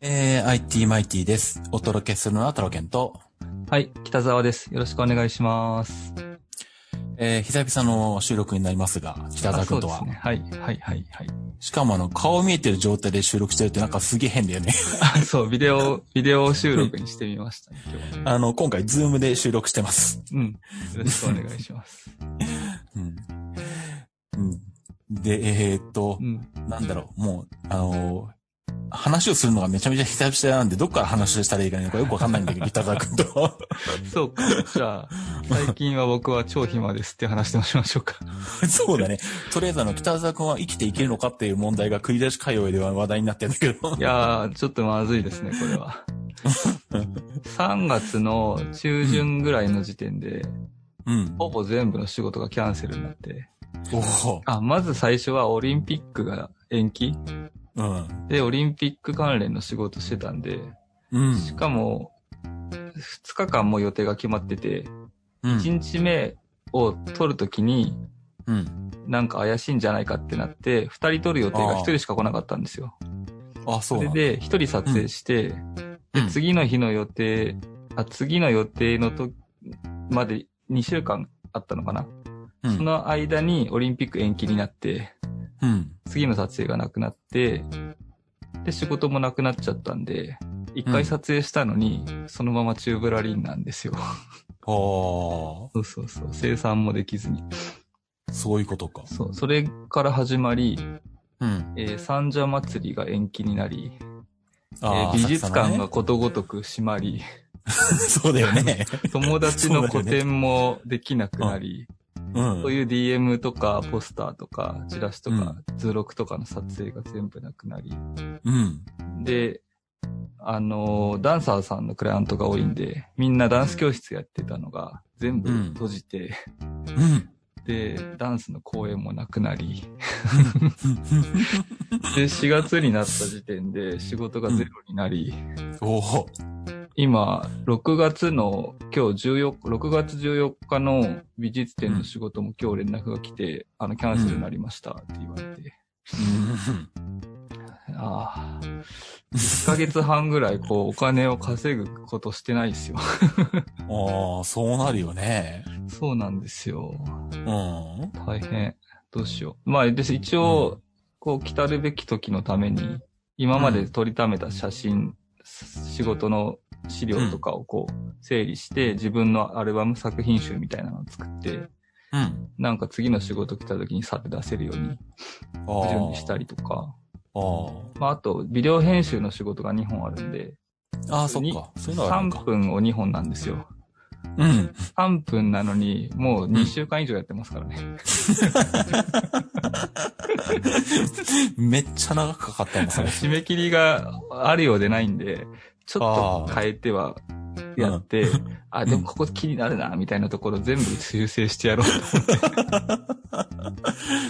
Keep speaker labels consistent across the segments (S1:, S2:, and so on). S1: えー、IT マイティです。お届けするのはタロケンと、
S2: はい、北沢です。よろしくお願いします。
S1: えー、久々の収録になりますが、北
S2: あ
S1: 沢
S2: そ
S1: 君
S2: うで
S1: とは。
S2: すね。はい、はい、はい、はい
S1: しかもあの、顔見えてる状態で収録してるってなんかすげえ変だよ ね。
S2: あ。そう、ビデオ、ビデオ収録にしてみ ましたね、今日は。
S1: あの、今回ズームで収録してます。
S2: うん。よろしくお願いします。
S1: うん。うん。で、えー、っと
S2: う、ん。
S1: なんだろう、もう、あのー話をするのがめちゃめちゃ久々なんで、どっから話をしたらいいかね、これよくわかんないん だけど、北沢君と。
S2: そうか。じゃあ、最近は僕は超暇ですっていう話でもしまし ょうか。
S1: そうだね。とりあえずあの、北沢君は生きていけるのかっていう問題が繰り出し界隈では話題になってるんだけど
S2: い。やー、ちょっとまずいですね、こ れは。3月の中旬ぐらいの時点で、
S1: うん。
S2: ほぼ全部の仕事がキャンセルになって。
S1: おお。
S2: あ、まず最初はオリンピックが延期
S1: うん。
S2: で、オリンピック関連の仕事してたんで、
S1: うん。
S2: しかも、2日間も予定が決まってて、
S1: う
S2: 1
S1: ん。
S2: 日目を取るときに、
S1: うん。
S2: なんか怪しいんじゃないかってなって、2人取る予定が1人しか来なかったんですよ。
S1: あ、そ
S2: そうれ
S1: なんだ。
S2: で、1人撮影して、
S1: うん
S2: で、次の日の予定、あ、次の予定のと、まで2週間あったのかな。
S1: うん
S2: その間にオリンピック延期になって、
S1: うん。
S2: 次の撮影がなくなって、で、仕事もなくなっちゃったんで、一回撮影したのに、そのままチューブラリンなんですよ。
S1: あ
S2: そうそうそう。生産もできずに。
S1: あ、そういうことか。
S2: そう。それから始まり、
S1: うん。
S2: えー三社祭りが延期になり、えー
S1: あー
S2: 美術館。が
S1: 浅
S2: ことごとく閉ま り、
S1: 草のね そうだよ ね。
S2: 友達の個展もできなくなり、
S1: うん。
S2: そういう DM とかポスターとかチラシとか
S1: う
S2: 図録とかの撮影が全部なくなり、
S1: うん。
S2: で、あのーダンサーさんのクライアントが多いんで、みんなダンス教室やってたのが全部閉じて、
S1: うん。
S2: で、ダンスの公演もなくなり、で、4月になった時点で仕事がゼロになり、
S1: おお。
S2: 今、6月の、今日14、6月14日の美術展の仕事も今日連絡が来て、あの、キャンセルになりましたって言われて、
S1: うん
S2: ああ、1ヶ月半ぐらいこう、お金を稼ぐことしてないですよ。
S1: ああ、そうなるよね。
S2: そうなんですよ。
S1: うん。
S2: 大変。どうしよう。まあ、です一応、こう、来たるべき時のために、今まで撮りためた写真、仕事の資料とかをこう、整理して、自分のアルバム作品集みたいなのを作って、
S1: うん。
S2: なんか次の仕事来た時にさて出せるように
S1: あ
S2: 準
S1: ー
S2: 備したり。とか、
S1: あー
S2: まあ、あと、ビデオ編集の仕事が2本あるんで、
S1: あー、そっか。そういうのがあるの
S2: 3
S1: か。
S2: 分を2本なんですよ。
S1: うん。
S2: 3分なのに、もう2週間以上やってますからね。
S1: めっちゃ長くかかったんだ、それ。
S2: 締め切りがあるようでないんで、ちょっと変えてはやって、あ、でもここ気になるな、みたいなところ全部修正してやろう。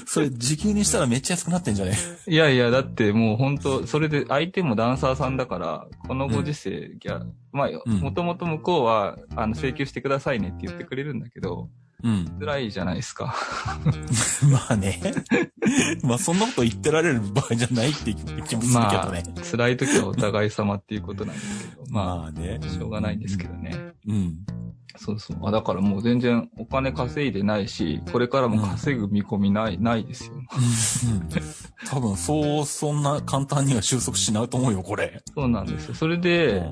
S1: それ、時給にしたらめっちゃ安くなってんじゃね
S2: いやいや、だってもう本当それで相手もダンサーさんだから、このご時世、ギャまあ、
S1: ん
S2: もともと向こうは、あの、請求してくださいねって言ってくれるんだけど、
S1: うん。
S2: 辛いじゃないですか。
S1: まあね。まあ、そんなこと言ってられる場合じゃないって気もするけ
S2: ま
S1: ど
S2: あ
S1: ね。、
S2: 辛い時はお互い様っていうことなんですけど、ま
S1: まあね
S2: あ、。しょうがないんですけどね。
S1: うん。
S2: そうそう。あだからもう全然お金稼いでないし、これからも稼ぐ見込みない、ないですよ。
S1: 多分、そう、そんな簡単には収束しないと思うよ、これ。
S2: そうなんですよ。それで、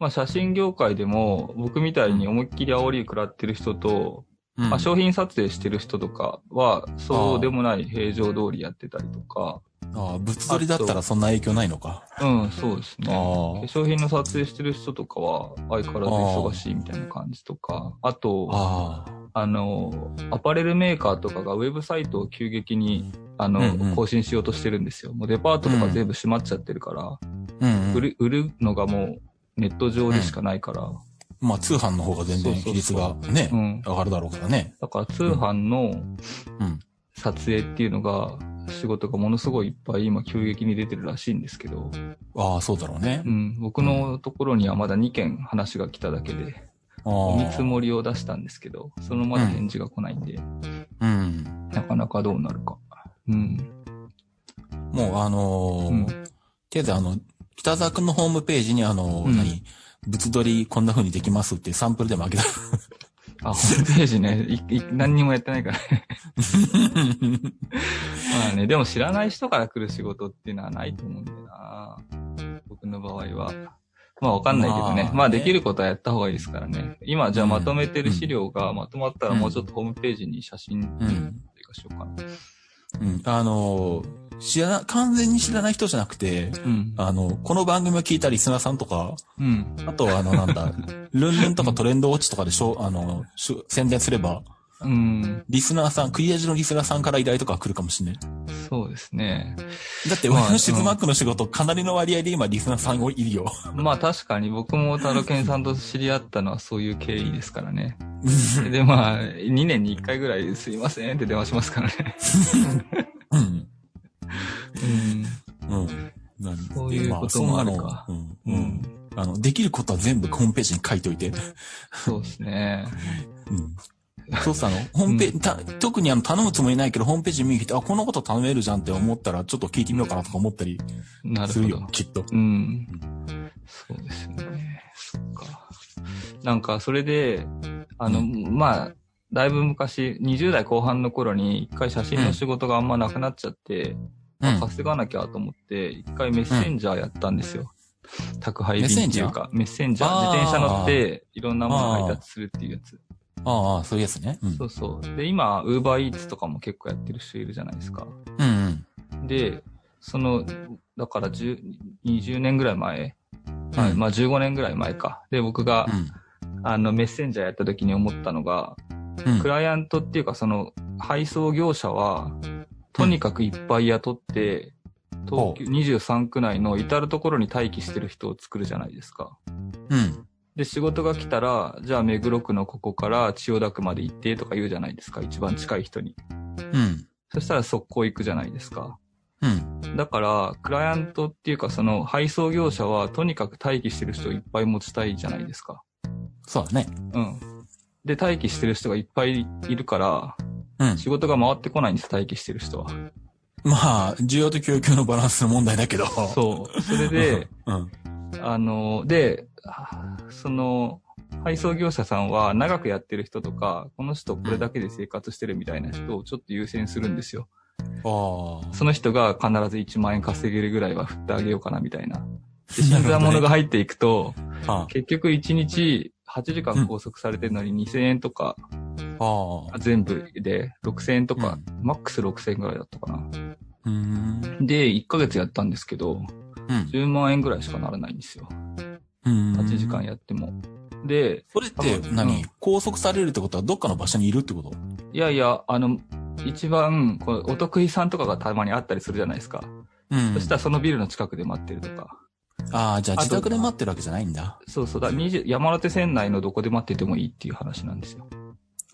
S2: まあ写真業界でも、僕みたいに思いっきり煽り食らってる人と、
S1: うん
S2: まあ商品撮影してる人とかは、そうでもない平常通りやってたりとか、
S1: ああ、物撮りだったらそんな影響ないのか。
S2: うん、そうですね。
S1: ああ
S2: 化。粧品の撮影してる人とかは、相変わらず忙しいみたいな感じとか、あと、
S1: あ
S2: あの、アパレルメーカーとかがウェブサイトを急激に、あの、
S1: うんうん
S2: 更新しようとしてるんですよ。もうデパートとか全部閉まっちゃってるから、
S1: あ。うん、う
S2: 売
S1: ん。
S2: る、売るのがもうネット上でしかないから、
S1: まあ、通販の方が全然比率がね
S2: う、ん。
S1: 上がるだろうからね。
S2: だから通販
S1: う
S2: の
S1: ん
S2: 撮影っていうのが、仕事がものすごいいっぱい今急激に出てるらしいんですけど、
S1: ああ、そうだろうね
S2: う。ん、僕のところにはまだ2件話が来ただけで、
S1: ああ。
S2: お見積もりを出したんですけど、そのまだ返事が来ないんで、
S1: うん。
S2: なかなかどうなるか。うん。
S1: もう、あのー
S2: うん
S1: とりあえず、あの、北沢くんのホームページにあの、
S2: うん
S1: 何、物撮りこんな風にできますっていうサンプルでもあげ た。
S2: あ、ホームページね、いい何にもやってないから ね。まあね、でも知らない人から来る仕事っていうのはないと思うんだよな。僕の場合は。まあわかんないけどね。
S1: まあ
S2: ま
S1: ね
S2: あ、できることはやった方がいいですからね。今じゃあまとめてる資料がまとまったらもうちょっとホームページに写真
S1: う
S2: 追
S1: ん。
S2: 加しようかな。
S1: うん。あの、知らな、完全に知らない人じゃなくて、
S2: うん。
S1: あの、この番組を聞いたリスナーさんとか、
S2: うん。
S1: あとはあ の、なんだ、ルンルンとかトレンドウォッチとかでしょ、あの、しゅ宣伝すれば、
S2: うん。
S1: リスナーさん、クリアジのリスナーさんから依頼とか来るかもしれない。
S2: そうですね。
S1: だって、
S2: まあ
S1: 俺のシズマックの仕事、かなりの割合で今、リスナーさんがいる よ。
S2: まあ確かに僕もタロケンさんと知り合ったのはそういう経緯ですからね。でまあ、2年に1回ぐらいすいませんって電話しますからね。
S1: うん。
S2: うん。
S1: うん。なん
S2: そういう
S1: ま
S2: こともあるか
S1: そんなのうん。うん。あの、できることは全部ホームページに書いといて。
S2: そうですね。
S1: うん。そうさ、あの、ホームページ、た特にあの、頼むつもりないけど、ホームページ見に来て、あ、こんなこと頼めるじゃんって思ったら、ちょっと聞いてみようかなとか思ったり
S2: なる
S1: す
S2: ほ
S1: る
S2: ど
S1: よ、。きっと。
S2: うん。そうですね。そっか。なんか、それで、あの、
S1: う
S2: まあ、だいぶ昔、20代後半の頃に、一回写真の仕事があんまなくなっちゃって、
S1: うん。
S2: 稼がなきゃと思って、一回メッセンジャーやったんですよ。宅配便っていうか、メッセンジャー
S1: あー
S2: 自転車乗って、いろんなもの配達するっていうやつ。
S1: ああ、そういうやつね。うん。
S2: そうそう。で、今、ウーバーイーツとかも結構やってる人いるじゃないですか。
S1: うんうん。
S2: で、その、だから10 20年ぐらい前、
S1: は
S2: まあ15年ぐらい前か。で、僕が、
S1: う
S2: あの、メッセンジャーやった時に思ったのが、
S1: ん。
S2: クライアントっていうかその、配送業者は、とにかくいっぱい雇って、東京23区内の至るところに待機してる人を作るじゃないですか。
S1: うん。
S2: で、仕事が来たら、じゃあ目黒区のここから千代田区まで行ってとか言うじゃないですか、一番近い人に。
S1: うん。
S2: そしたら速攻行くじゃないですか。
S1: うん。
S2: だから、クライアントっていうか、その配送業者は、とにかく待機してる人をいっぱい持ちたいじゃないですか。
S1: そうだね。
S2: うん。で、待機してる人がいっぱいいるから、
S1: うん。
S2: 仕事が回ってこないんです、待機してる人は。
S1: まあ、需要と供給のバランスの問題だけど。う。
S2: そう。そ れで、、
S1: うん。
S2: あの、で、あその、配送業者さんは長くやってる人とか、この人これだけで生活してるみたいな人をちょっと優先するんですよ。
S1: ああ。
S2: その人が必ず1万円稼げるぐらいは振ってあげようかなみたいな。で、
S1: なるほどね
S2: 新参者が入っていくと、
S1: あ
S2: 結局1日8時間拘束されてるのに2000円とか、
S1: あ。
S2: 全部で6000円とか、
S1: う
S2: マックス6000円ぐらいだったかな。
S1: うん。
S2: で、1ヶ月やったんですけど、
S1: うん。
S2: 10万円ぐらいしかならないんですよ。
S1: うん。
S2: 8時間やっても。で、
S1: それって
S2: うん
S1: 何、拘束されるってことはどっかの場所にいるってこと
S2: いやいや、あの、一番、こうお得意さんとかがたまにあったりするじゃないですか。
S1: うん
S2: そしたらそのビルの近くで待ってるとか。
S1: ああ、じゃあ
S2: あと
S1: 自宅で待ってるわけじゃないんだ。
S2: そうそうだ、20山手線内のどこで待っててもいいっていう話なんですよ。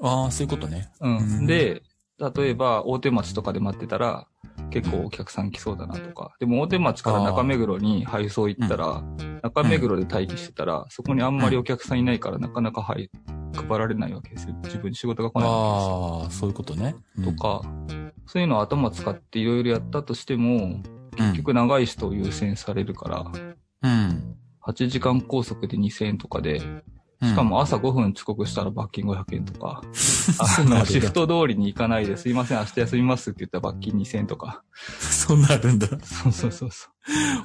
S1: ああ、そういうことね。
S2: う
S1: うん
S2: ん。で、例えば大手町とかで待ってたら、結構お客さん来そうだなとか。でも大手町から中目黒に配送行ったら、中目黒で待機してたら、そこにあんまりお客さんいないからなかなか配、配られないわけですよ。自分に仕事が来ないわ
S1: ああ、そういうことね。
S2: けですよ。とか、そういうのを頭使っていろいろやったとしても、
S1: うん、
S2: 結局長い人を優先されるから、
S1: うん、
S2: 8時間拘束で2000円とかで、
S1: うん。
S2: しか も朝5分遅刻したら罰金500円とか、あ
S1: なるほ
S2: の、
S1: ど
S2: シフト通りに行かないですいません、明日休みますって言ったら罰金2000円とか。
S1: そうなるんだ。
S2: そうそうそうそ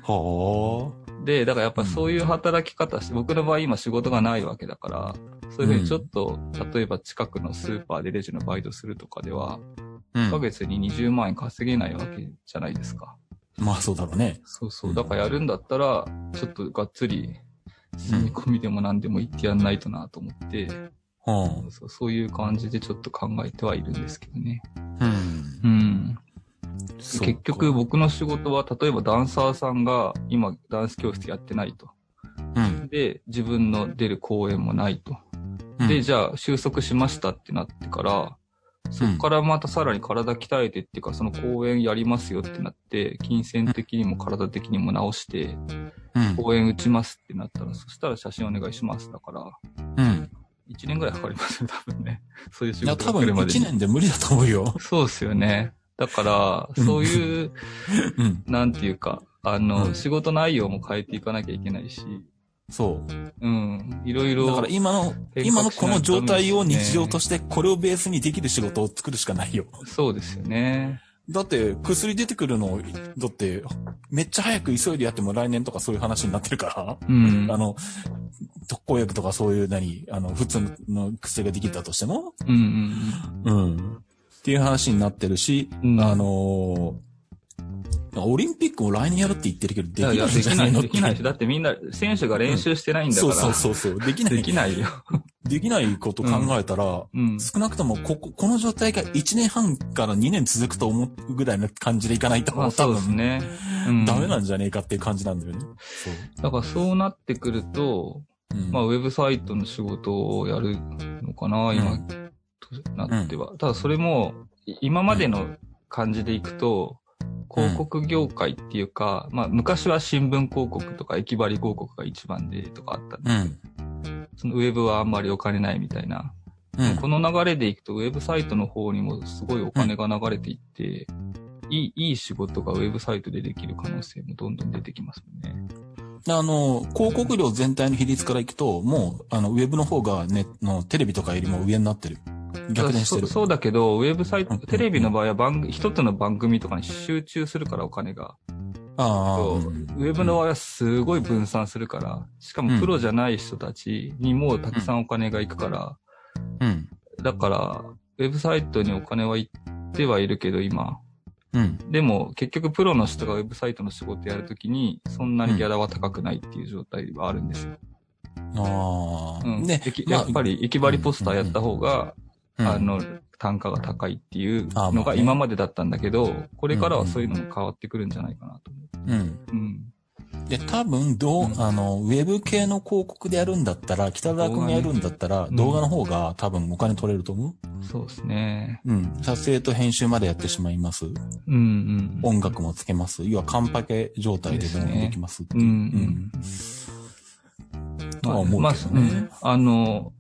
S1: ほう。
S2: う。で、だからやっぱそういう働き方して、僕の場合今仕事がないわけだから、そういうふうにちょっと、例えば近くのスーパーでレジのバイトするとかでは、
S1: う
S2: 1ヶ
S1: ん。
S2: 月に20万円稼げないわけじゃないですか。
S1: まあそうだろうね。
S2: そうそう。だからやるんだったら、ちょっとがっつり、住み込みでも何でも言ってやんないとなと思って、
S1: うん。
S2: そうそういう感じでちょっと考えてはいるんですけどね。
S1: うん。
S2: うん。
S1: そうか
S2: 結局、僕の仕事は、例えばダンサーさんが今ダンス教室やってないと。
S1: うん。
S2: で、自分の出る公演もないと。
S1: うん
S2: で、、じゃあ収束しましたってなってから、そこからまたさらに体鍛えてっていうか、その公演やりますよってなって、金銭的にも体的にも直して、
S1: うん。
S2: 公演打ちますってなったら、そしたら写真お願いしますだから、
S1: うん。
S2: 1年ぐらいかかりますよ、多分ね。そういう仕
S1: いや、
S2: 事
S1: 多
S2: が来
S1: 分
S2: るまで
S1: 1
S2: に
S1: 年で無理だと思うよ。
S2: そうですよね。だから、
S1: うん
S2: そういう、
S1: うん。
S2: なんていうか、あの、
S1: うん
S2: 仕事内容も変えていかなきゃいけないし、
S1: そう。
S2: うん、いろい
S1: だ
S2: ろ
S1: から、今の、
S2: 変革しないとダメですね
S1: 今のこの状態を日常として、これをベースにできる仕事を作るしかないよ。
S2: そうですよね。
S1: だって、薬出てくるの、だって、めっちゃ早く急いでやっても来年とかそういう話になってるから。
S2: うん。
S1: あの、特効薬とかそういう何、あの、普通の薬ができたとしても、
S2: うん
S1: うん。っていう話になってるし、
S2: うん
S1: あのーオリンピックも来年やるって言ってるけど、で
S2: うん。いやい
S1: き
S2: や
S1: ないん
S2: で
S1: じゃ
S2: き
S1: な
S2: な
S1: の
S2: いい、できないし、だってみんな選手が練習してないんだか
S1: そう
S2: ら、
S1: そうそうそう。できない。
S2: できないよ。
S1: できないこと考えたら、
S2: うん。
S1: 少なくともここ、この状態が1年半から2年続くと思うぐらいの感じでいかないと、
S2: まあ
S1: 多
S2: そうです
S1: 分、
S2: ね。うん、
S1: ダメなんじゃねえかっていう感じなんだよね。そう。
S2: だからそうなってくると、
S1: うん
S2: まあ、ウェブサイトの仕事をやるのかな、
S1: う
S2: 今、となっては。ただ、それも、い今までの感じでいくと、広告業界っていうか、まあ、昔は新聞広告とか、駅張り広告が一番でとかあったん
S1: う
S2: で
S1: ん。
S2: そのウェブはあんまりお金ないみたいな。
S1: うん。
S2: この流れでいくと、ウェブサイトの方にもすごいお金が流れていって、いい、いい仕事がウェブサイトでできる可能性もどんどん出てきますもんね。
S1: あの、広告料全体の比率からいくと、もう、あの、ウェブの方がね、のテレビとかよりも上になってる。逆転して
S2: そ
S1: る。
S2: うそうだけど、ウェブサイ
S1: う
S2: ト、
S1: ん
S2: テレビの場合は番組、一つの番組とかに集中するからお金が。
S1: ああ、
S2: そう
S1: うん
S2: ウェブの場合はすごい分散するから、しかもプロじゃない人たちにもうたくさんお金がいくから、
S1: うん。
S2: だから、ウェブサイトにお金は行ってはいるけど、今。
S1: うん。
S2: でも、結局プロの人がウェブサイトの仕事やるときに、そんなにギャラは高くないっていう状態はあるんですよ。
S1: ああ、
S2: うん。
S1: ね
S2: 駅、
S1: まあ
S2: やっぱり、駅張りポスターやった方が、
S1: うん
S2: あの、単価が高いっていう
S1: あま
S2: の
S1: あ
S2: が
S1: ね
S2: 今までだったんだけど、これからはそういうのも変わってくるんじゃないかなと思
S1: うん。
S2: う。うん。
S1: で、多分、どう、
S2: うん
S1: あの、ウェブ系の広告でやるんだったら、北田君がやるんだったら、
S2: うん
S1: 動画の方が多分お金取れると思
S2: そうですね。
S1: ううん。撮影と編集までやってしまいます。
S2: うんうん。
S1: 音楽もつけます。要は、カンパケ状態でどうもできますって
S2: う
S1: い
S2: ん
S1: う。
S2: うん。
S1: とは思うけどね
S2: まあまあうんあの、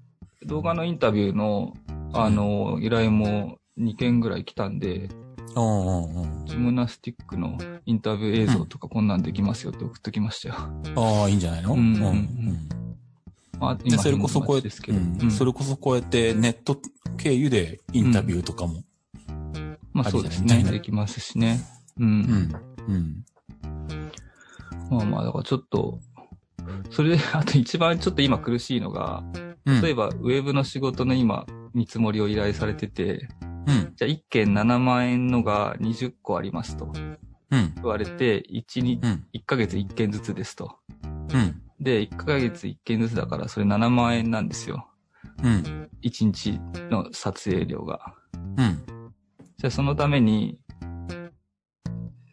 S2: 動画のインタビューの、あの、依頼も2件ぐらい来たんで、
S1: うんうんうん。
S2: ジムナスティックのインタビュー映像とかこんなんできますよって送っときましたよ。
S1: ああ、いいんじゃないの
S2: うんうんうんまあ、
S1: で、
S2: 今
S1: それこそこうや
S2: で
S1: っ
S2: す
S1: て、
S2: けど、
S1: うん
S2: うん
S1: それこそこうやってネット経由でインタビューとかも。
S2: まあそうです
S1: ありだ
S2: ね。
S1: ね
S2: できますしね。う
S1: うんん。うん。
S2: まあまあ、だからちょっと、それで、 あと一番ちょっと今苦しいのが、
S1: うん。
S2: 例えばウェブの仕事の今、見積もりを依頼されてて、
S1: うん。
S2: じゃあ1件7万円のが20個ありますと
S1: うん。
S2: 言われて、1日、
S1: うん。
S2: 1ヶ月1件ずつですと。
S1: うん。
S2: で、1ヶ月1件ずつだから、それ7万円なんですよ。
S1: うん。
S2: 1日の撮影量が。
S1: うん。
S2: じゃあそのために、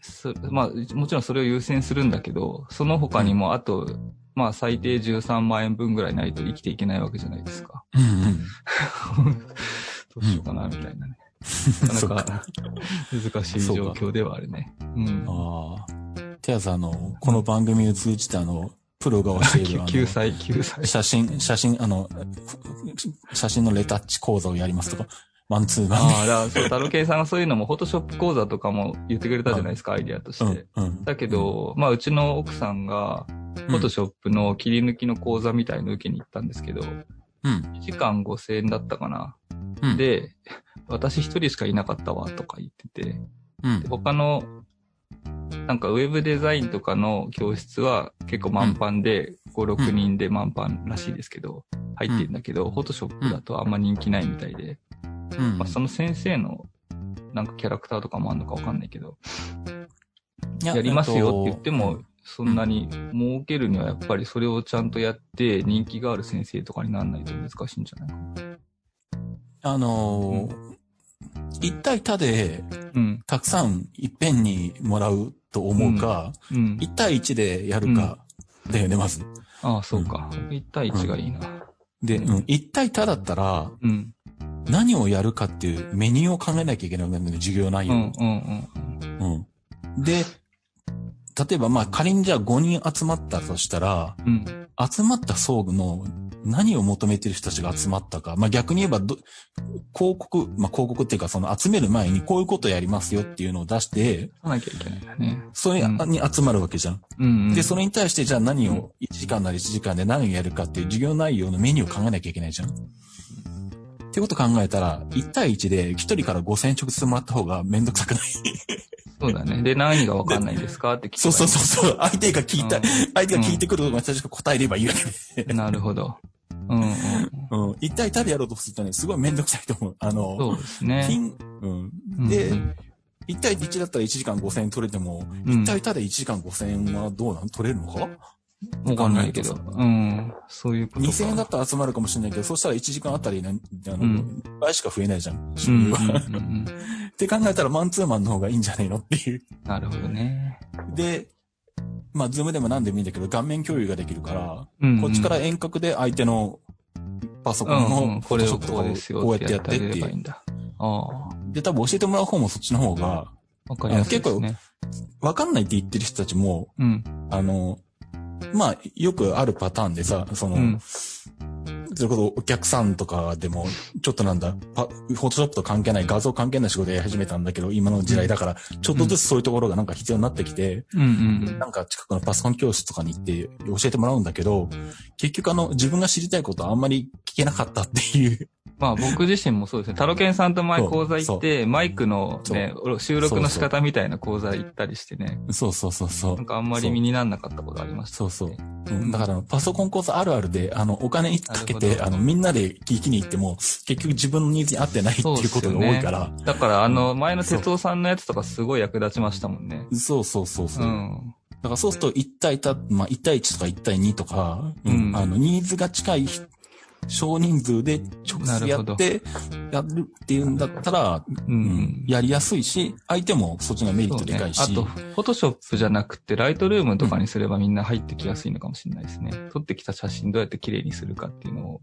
S2: そまあ、もちろんそれを優先するんだけど、その他にもあと、まあ最低13万円分ぐらいないと生きていけないわけじゃないですか。
S1: うん。
S2: どうしようかな、みたいなね。な
S1: そ
S2: か
S1: う
S2: な
S1: か。
S2: か難しい状況ではあるね。うん。
S1: ああ。てやさん、あの、この番組を通じて、あの、プロが教え る、あ
S2: 救
S1: の、
S2: 済、救済。
S1: 写真、写真、あの、写真のレタッチ講座をやりますとか、ワンツーワン
S2: ああ、だからそう、タロケイさんがそういうのも、フォトショップ講座とかも言ってくれたじゃないですか、アイディアとして。
S1: で。うん。うん。
S2: だけど、まあ、うちの奥さんが、フォトショップの切り抜きの講座みたいの受けに行ったんですけど、
S1: うん。
S2: 1時間5000円だったかな。
S1: うん、
S2: で、私一人しかいなかったわとか言ってて、
S1: うん
S2: で。他の、なんかウェブデザインとかの教室は結構満帆で、5、6人で満帆らしいですけど、入ってるんだけど、フォトショップだとあんま人気ないみたいで、
S1: うん
S2: まあ、その先生のなんかキャラクターとかもあんのかわかんないけど、
S1: い
S2: やりますよって言っても、、そんなに儲けるにはやっぱりそれをちゃんとやって人気がある先生とかにならないと難しいんじゃないかな。
S1: あのー一対他で
S2: うん。
S1: たくさんいっぺんにもらうと思うか、
S2: うん。
S1: 一対一でやるか、だよね、まず。
S2: ああ、そうか。1対1がいいな。
S1: で、
S2: うん
S1: うん一対他だったら、
S2: うん。
S1: 何をやるかっていうメニューを考えなきゃいけなくなるので、授業内
S2: うん、う
S1: 容
S2: ん、、うん。
S1: うんで、例えばまあ仮にじゃあ5人集まったとしたら、
S2: うん。
S1: 集まった層の何を求めてる人たちが集まったか。まあ、逆に言えばど、広告、まあ、広告っていうか、その集める前にこういうことやりますよっていうのを出して、
S2: さなきゃいけないんだね。
S1: それ
S2: うん
S1: に集まるわけじゃん。
S2: うん、うん。
S1: で、それに対して、じゃあ何を、1時間なり1時間で何をやるかっていう授業内容のメニューを考えなきゃいけないじゃん。ってこと考えたら、1対1で1人から5000円直接もらった方がめんどくさくない。
S2: そうだね。で、何がわかんないんですかって聞けばいい
S1: そうそうそうそう。相手が聞いた、相手が聞いてくることが確か答えればいいわけで。
S2: うんなるほど。うん、うん。
S1: うん。1対1でやろうとするとね、すごいめんどくさいと思う。あの、
S2: そうですね。
S1: 金、うん。
S2: うんうん
S1: で1対1だったら1時間5000円取れても、
S2: うん
S1: 1対1で1時間5000円はどうなん取れるのか
S2: わかんないけど。
S1: 考えると
S2: うん。そういうことか。
S1: 2000円だったら集まるかもしれないけど、そしたら1時間あたりなん、あの、
S2: うん
S1: 倍しか増えないじゃん。収
S2: うんうん
S1: 入
S2: う
S1: は。
S2: んうん。
S1: って考えたらマンツーマンの方がいいんじゃないのっていう。
S2: なるほどね。
S1: で、まあ、ズームでも何でもいいんだけど、顔面共有ができるから、
S2: うんうん
S1: こっちから遠隔で相手のパソコ
S2: うんう
S1: ン
S2: ん、
S1: の
S2: こ
S1: フォ
S2: れ
S1: トショ
S2: を
S1: ップとか
S2: こうですよ
S1: をこうやってやってって
S2: あげれ
S1: い
S2: ばいい。
S1: うん
S2: だ。ああ、
S1: で、多分教えてもらう方もそっちの方が、
S2: わかりやすいですね。
S1: わかんないって言ってる人たちも、
S2: うん、
S1: あの、まあ、よくあるパターンでさ、その、
S2: うん、
S1: それこそお客さんとかでも、ちょっとなんだ、パフォトショップと関係ない、画像関係ない仕事やり始めたんだけど、今の時代だから、ちょっとずつそういうところがなんか必要になってきて、
S2: うん、うん。
S1: なんか近くのパソコン教室とかに行って教えてもらうんだけど、結局あの、自分が知りたいことあんまり聞けなかったっていう。
S2: まあ僕自身もそうですね。タロケンさんと前
S1: そう
S2: 講座行って、マイクのね、収録の仕
S1: そう
S2: 方みたいな講座行ったりしてね。
S1: そうそうそうそ
S2: な。
S1: うん
S2: かあんまり身になんなかったことありました。
S1: そうそう。うん、だから、パソコン講座あるあるで、あの、お金かけ
S2: なる
S1: て、
S2: ほど
S1: あの、みんなで聞きに行っても、結局自分のニーズに合ってないっていうことが多いから、
S2: だからあの、前の哲夫さんのやつとかすごい役立ちましたもんね。
S1: そうそうそうそうう。
S2: ん。
S1: だからそうすると1対た、まあ、1対1とか1対2とか、
S2: うん
S1: うんあの、ニーズが近い人少人数で直接やって、やるっていうんだったら、
S2: う
S1: うん
S2: ん。
S1: やりやすいし、相手もそっちのメリッ
S2: そ
S1: ト
S2: う
S1: で
S2: ね
S1: かいし。
S2: あと、フォトショップじゃなくて、ライトルームとかにすればみんな入ってきやすいのかもしれないですね。撮ってきた写真どうやって綺麗にするかっていうのを、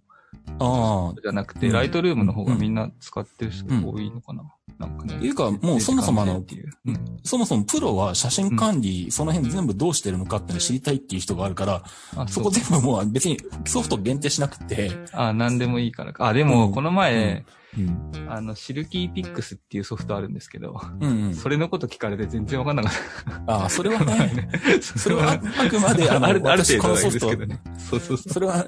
S1: ああ。
S2: じゃなくて、
S1: うん
S2: ライトルームの方がみんな使ってる人が多いのかな、なんか
S1: ってい
S2: ね。
S1: うか、もうそもそもあの
S2: っ、ていううん。
S1: そもそもプロは写真管理、その辺全部どうしてるのかっていうのを知りたいっていう人があるから、
S2: あ、
S1: そ
S2: そ
S1: こ
S2: こ
S1: 全部もう別にソフト限定しなくて、
S2: あ、なんでもいいからか。あ、でも、
S1: うん
S2: この前、
S1: うん。
S2: あの、シルキーピックスっていうソフトあるんですけど、
S1: うん、うん。
S2: それのこと聞かれて全然わかんなかっ
S1: ああ、それは
S2: た
S1: ね、
S2: ね。
S1: それはああくまで、あの、
S2: ある、ある
S1: 私こ
S2: 程度
S1: の
S2: はいい
S1: ソフト
S2: んですけ、どね。そうそう そう。
S1: それは、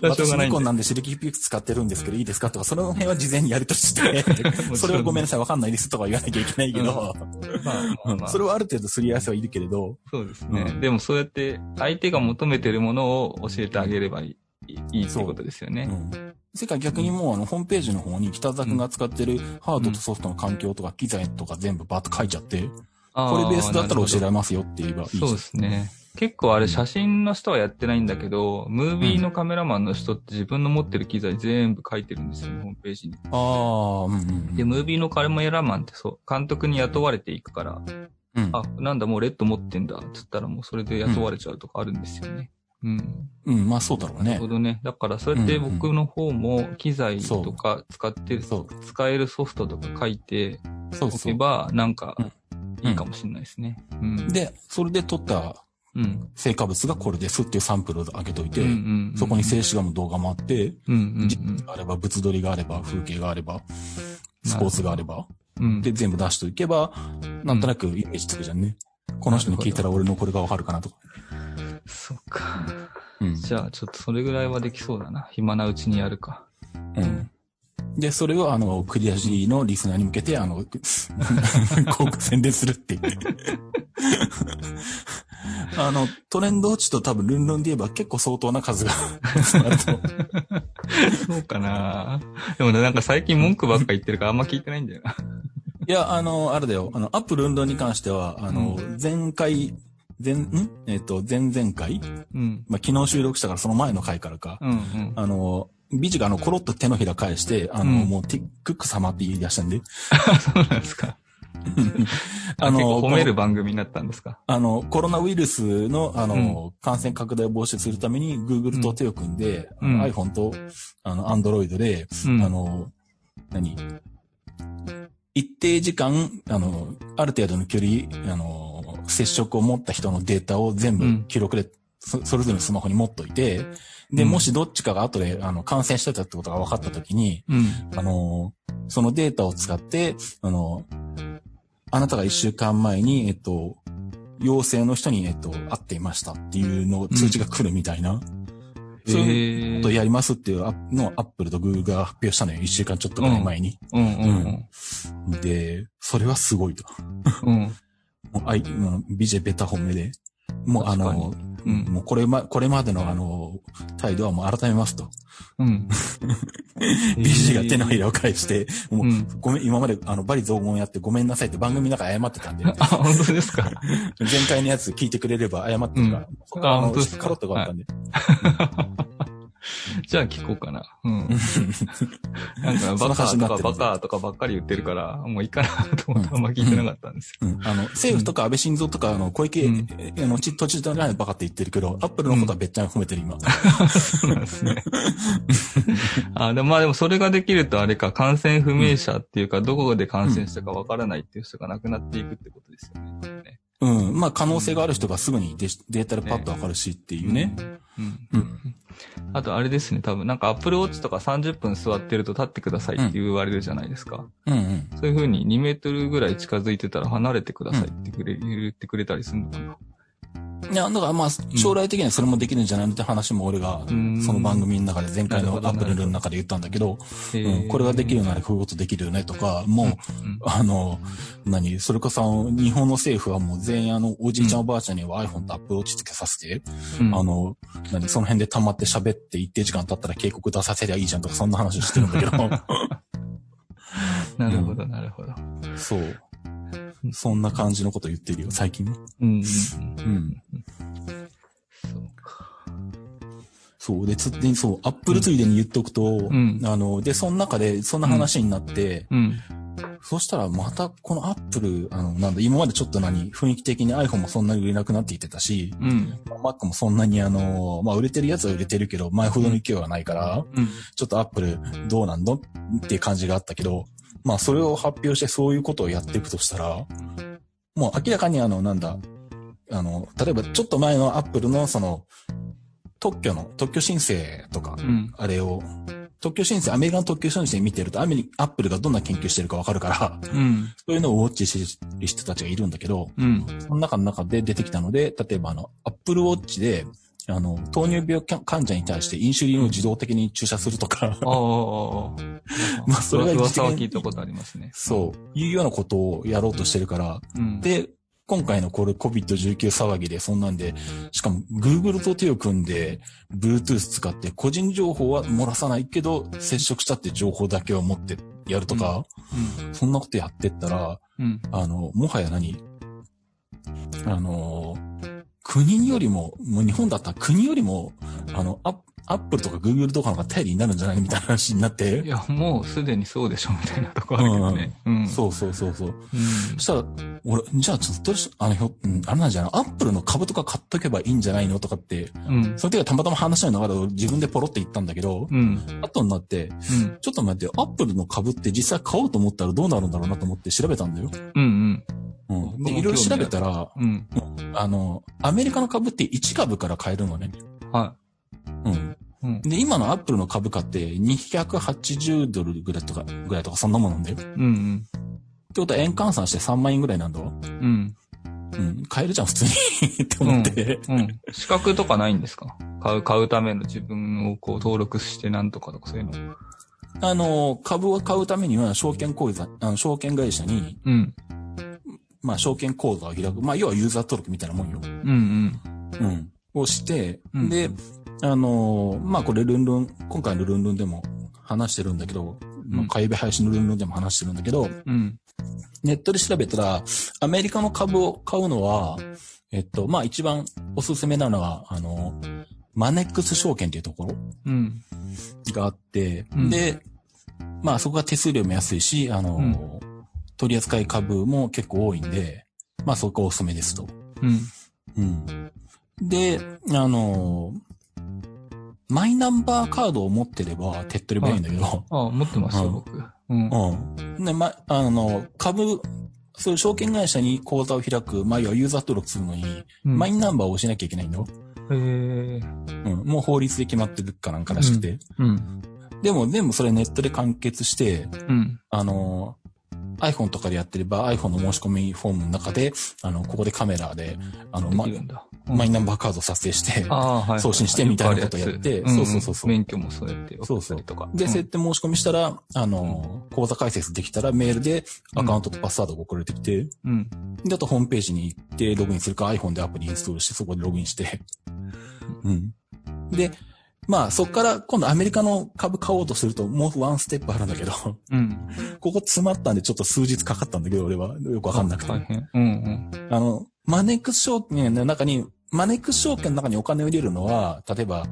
S2: れはしょう
S1: 私
S2: がないんで
S1: ニコンなんでシルキーピック使ってるんですけどいいですかとか、その辺は事前にやりと して、
S2: ろん
S1: それはごめんなさい、わかんないですとか言わなきゃいけないけど、
S2: まあまあまあ、
S1: それはある程度すり合わせはいるけれど、
S2: そうですね、
S1: うん
S2: でもそうやって、相手が求めてるものを教えてあげればいい、いいっていうことですよね。
S1: うん。世界逆にもうあの、ホームページの方に北沢君が使ってるハードとソフトの環境とか機材とか全部バーッと書いちゃって、
S2: あ
S1: これベースだったら教えら
S2: なる
S1: れますよって言えばいい
S2: ほどそうですね。結構あれ写真の人はやってないんだけど、ムービーのカメラマンの人って自分の持ってる機材全部書いてるんですよね、ホームページに。
S1: ああ、うんうん
S2: で、ムービーのカメラマンってそう、監督に雇われていくから、
S1: うん。うん
S2: あ、なんだもうレッド持ってんだ、つったらもうそれで雇われちゃうとかあるんですよね。うん
S1: うん、まあそうだろう
S2: な
S1: ね
S2: るほ。どね。だから、そうやって僕の方も機材とか使ってる、
S1: そ
S2: 使えるソフトとか書いて
S1: そう
S2: お
S1: そ
S2: け
S1: う。
S2: ば、なんか
S1: うん、
S2: いいかもしれないですね。うん。
S1: で、それで取った
S2: うん、
S1: 成果物がこれですっていうサンプルを上げといて、
S2: うんうんうん
S1: そこに静止画も動画もあって、
S2: うんうん
S1: 実験があれば、物撮りがあれば、風景があれば、スポーツがあれば、
S2: うん。うん
S1: で、全部出しておけば、なんとなくイメージつくじゃんね。この人に聞いたら俺のこれがわかるかなとか。
S2: そっか。
S1: うん。
S2: じゃあ、ちょっとそれぐらいはできそうだな。暇なうちにやるか。
S1: うん。で、それを、あの、クリアジーのリスナーに向けて、あの、 広告宣伝するっていう。あの、トレンド落ちと多分、ルンルンで言えば結構相当な数が 集まると思う
S2: そうかな。でもね、なんか最近文句ばっか言ってるからあんま聞いてないんだよな。
S1: いや、あの、あれだよ。あの、アップル運動に関しては、あの、前回、前、んえっ、と、前々回
S2: うん。
S1: まあ、昨日収録したからその前の回からか。
S2: うんうん。
S1: あの、ビジがあの、コロッと手のひら返して、あの、
S2: うん
S1: もう、ティックック様って言い出したんで。
S2: そうなんです か。
S1: あ
S2: 結
S1: の、
S2: 構褒め
S1: こ
S2: る
S1: の
S2: 番組になったんですか。
S1: あの、コロナウイルスの、あの、感染拡大を防止するために、Google と手を組んで、
S2: うん
S1: あの iPhone と、あの、Android で、
S2: うん
S1: あの、何一定時間、あの、ある程度の距離、あの、接触を持った人のデータを全
S2: うん
S1: 部記録でそそれぞれのスマホに持っといて、で、
S2: うん
S1: もしどっちかが後で、あの、感染してたってことが分かったときに、
S2: うん。
S1: あのーそのデータを使って、あのーあなたが一週間前に、えっと、陽性の人に、えっと、会っていましたっていうのを通知が来るみたいな、そういう
S2: え
S1: ことをやりますっていうアップのをアップルとグーグルが発表したのよ。一週間ちょっとぐらい前に。
S2: うんうん
S1: で、それはすごいと。
S2: うん。うん。
S1: もう、あい、もう、ビジェベタ褒めで。もう、あの
S2: 確、うん
S1: もうこれま、これまでのあの、態度はもう改めますと。
S2: うん。
S1: ビジが手のひらを返して、もう、
S2: うん
S1: ごめん、今まであの、バリ雑言やってごめんなさいって番組の中で謝ってた んで、
S2: あ、本当ですか
S1: 前回のやつ聞いてくれれば謝ってるから、そこは
S2: あ
S1: あの
S2: 本当ですか
S1: カロットがあったんで。
S2: じゃあ聞こうかな。 うん。なんか、バカ
S1: そんな話
S2: ーとか
S1: にな
S2: バ
S1: ってるんで
S2: カーとかばっかり言ってるから、もういいかなと思ってあんま聞いてなかったんですよ。
S1: うんあの、政府とか安倍晋三とか、あの、小池、
S2: うん
S1: えあの、ち、途中でないバカって言ってるけど、アップルのことはべっちゃん褒めてる今。
S2: そうなんですね。あでもまあでもそれができるとあれか、感染不明者っていうか、どこで感染したかわからないっていう人が亡くなっていくってことですよね。
S1: うん。まあ、可能性がある人がすぐにデジデータでパッとわかるしっていうね。
S2: うん。
S1: うん
S2: あとあれですね、多分なんか Apple Watch とか30分座ってると立ってくださいって言われるじゃないですか。
S1: うんうん。
S2: そういう風に2メートルぐらい近づいてたら離れてくださいってくれ、言ってくれたりするのかない
S1: や、だからまあ、将来的にはそれもできるんじゃないのって話も俺が、
S2: ん
S1: その番組の中で、前回の
S2: なるほど
S1: アップルの中で言ったんだけど、
S2: へ
S1: う
S2: ー
S1: んこれができるならこういうことできるよねとか、もう、
S2: うん
S1: あの、何、それこそ日本の政府はもう全員あの、おじいちゃんおばあちゃんには iPhone と Apple を落ち着けさせて、
S2: うん
S1: あの、何、その辺で溜まって喋って一定時間経ったら警告出させりゃいいじゃんとか、そんな話をしてるんだけ ど、
S2: なるほど、なるほど。
S1: そう。そんな感じのこと言ってるよ、最近は。
S2: うん。うん
S1: うん。
S2: そうか。
S1: そう。で、つって、そう、Apple ついでに言っとくと、
S2: ん
S1: あの、で、その中で、そんな話になって、
S2: うん。
S1: そしたらまたこの Apple、あの、なんだ、今までちょっと何、雰囲気的に iPhone もそんなに売れなくなっていってたし、
S2: うん。
S1: Mac もそんなにあの、まあ、売れてるやつは売れてるけど、前ほどの勢いはないから、
S2: うん。
S1: ちょっと Apple どうなんのっていう感じがあったけど、まあ、それを発表してそういうことをやっていくとしたら、もう明らかにあの、なんだ、あの、例えばちょっと前の Apple のその、特許の、特許申請とか
S2: う、ん。
S1: あれを、特許申請、アメリカの特許申請見てると、アメリアップルがどんな研究してるかわかるから、
S2: うん。
S1: そういうのをウォッチしてる人たちがいるんだけど、
S2: うん。
S1: その中の中で出てきたので、例えばあの、アップルウォッチで、あの、糖尿病か患者に対してインシュリンを自動的に注射するとか、
S2: ああああ、ああ。
S1: まあそれが一
S2: 噂は
S1: 元
S2: 聞いたことありますね。
S1: そう、いうようなことをやろうとしてるから、
S2: うん。
S1: で、今回のこれ COVID-19 騒ぎでそんなんで、しかも Google と手を組んで、Bluetooth 使って個人情報は漏らさないけど、接触したって情報だけを持ってやるとか、そんなことやってったら、
S2: うん。うん。
S1: あの、もはや何あの、国によりも、もう日本だったら国よりも、あの、アッアップルとかグーグルとかの方が頼りになるんじゃないみたいな話になっ
S2: い
S1: て。
S2: や、もうすでにそうでしょ、みたいなとこあるけどね。うん。
S1: そうそうそうそう。
S2: う
S1: そ
S2: ん。
S1: したら、俺、じゃあちょっとどうし、あの、ひょ、うん、あれなんじゃないアップルの株とか買っとけばいいんじゃないのとかって、
S2: うん。
S1: その時はたまたま話の流れを自分でポロって言ったんだけど、
S2: うん。
S1: 後になって、
S2: うん。
S1: ちょっと待って、アップルの株って実際買おうと思ったらどうなるんだろうなと思って調べたんだよ。
S2: うん。
S1: うん。
S2: 僕も興
S1: で、
S2: 味
S1: いろいろ調べたら、
S2: うん。
S1: あの、アメリカの株って1株から買えるのね。
S2: は
S1: うん。
S2: い。うん。
S1: で、今のアップルの株価って280ドルぐらいとか、ぐらいとかそんなもんなんだよ。って
S2: うん。
S1: ことは円換算して3万円ぐらいなんだわ。
S2: うん。
S1: うん。買えるじゃん、普通に。 って思って。
S2: うん。資格とかないんですか買う、買うための自分をこう登録してなんとかとかそういうの。
S1: あの、株を買うためには、証券口座、あの、証券会社に、
S2: うん。
S1: まあ、証券口座を開く。まあ、要はユーザー登録みたいなもんよ。
S2: うん
S1: うん。をして、
S2: うん
S1: で、あの、まあ、これ、ルンルン、今回のルンルンでも話してるんだけど、まあ、火曜日配信のルンルンでも話してるんだけど、
S2: うん。うん。
S1: ネットで調べたら、アメリカの株を買うのは、えっと、まあ、一番おすすめなのは、あの、マネックス証券っていうところ
S2: うん。
S1: があって、
S2: うん
S1: で、まあそこが手数料も安いし、あの、取り扱い株も結構多いんで、まあそこおすすめですと。
S2: うん。
S1: うん。で、あの、マイナンバーカードを持ってれば手っ取り早いんだけど、
S2: ああ、持ってますよ、僕。うん。
S1: うん。で、ま、あの、株、そういう証券会社に口座を開く、まあ、要はユーザー登録するのに、
S2: うん
S1: マイナンバーをしなきゃいけないんだよ。
S2: へえ。
S1: うん、もう法律で決まってるかなんからしくて。
S2: うん。
S1: でも、でもそれネットで完結して、
S2: うん。
S1: あの、iPhone とかでやってれば iPhone の申し込みフォームの中で、あの、ここでカメラで、あの、
S2: で
S1: ま
S2: きるんだ。うん
S1: マイナンバーカード作成して、
S2: あーはい
S1: 送信してみたいなことやって
S2: よくあるやつ
S1: そうそうそうそうん
S2: 免許もそうやって送ったりとか。
S1: で、
S2: うん
S1: 設定申し込みしたら、あの、口座開設できたらメールでアカウントとパスワードが送られてきて、
S2: うん。
S1: で、あとホームページに行ってログインするか iPhone でアプリインストールしてそこでログインして。うん。で、まあそこから今度アメリカの株買おうとするともうワンステップあるんだけど、
S2: うん。
S1: ここ詰まったんでちょっと数日かかったんだけど俺はよくわかんなくて。
S2: 大変。うん
S1: あの、マネックス証券の中に、マネックス証券の中にお金を入れるのは、例えば、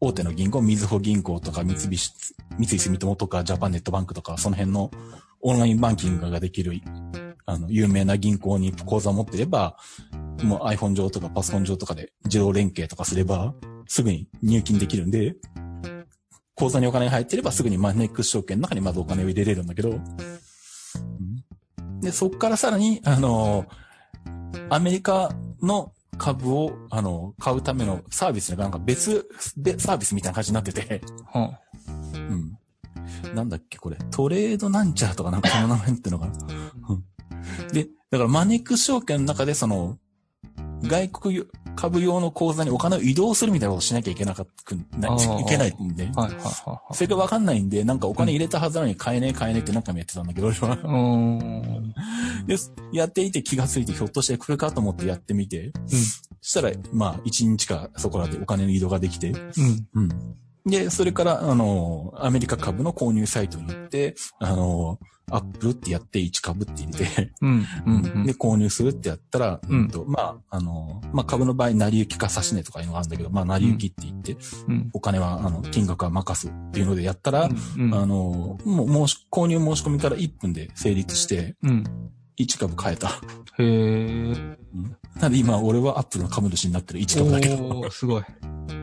S1: 大手の銀行、みずほ銀行とか、三菱、三井住友とか、ジャパンネットバンクとか、その辺のオンラインバンキングができる、あの、有名な銀行に口座を持ってれば、もう iPhone 上とかパソコン上とかで自動連携とかすれば、すぐに入金できるんで、口座にお金が入ってればすぐにマネックス証券の中にまずお金を入れれるんだけど、うんで、そこからさらに、あの、アメリカの株を、あの、買うためのサービスがなんか別、でサービスみたいな感じになってて、
S2: うん。は
S1: うん。なんだっけ、これ、トレードなんちゃらとかなんかその名前っていうのかな。うんで、だからマネックス証券の中でその、外国株用の口座にお金を移動するみたいなことをしなきゃいけなくな
S2: あ
S1: い
S2: ー
S1: いけないんで、
S2: はいはいはい
S1: それがわかんないんで、なんかお金入れたはずなのに買えねえ買えねえって何回もやってたんだけど、俺は。
S2: はい。うん。
S1: で、やっていて気がついて、ひょっとしてこれかと思ってやってみて、したら、まあ、1日かそこらでお金の移動ができて、
S2: うん。
S1: うん。で、それから、あの、アメリカ株の購入サイトに行って、あの、アップルってやって1株って入れて、
S2: うん。うん。うん
S1: で、購入するってやったら、
S2: うん
S1: うんと、まあ、あの、まあ、株の場合、成り行きか差し値とかいうのがあるんだけど、まあ、成り行きって言って、
S2: うん。
S1: お金は、あの、金額は任すっていうのでやったら、
S2: うん。
S1: あの、もう申し、購入申し込みから1分で成立して、
S2: うん。
S1: 1株買えた。
S2: へえ。
S1: なんで今、俺はアップルの株主になってる1株だけど。
S2: おーすごい。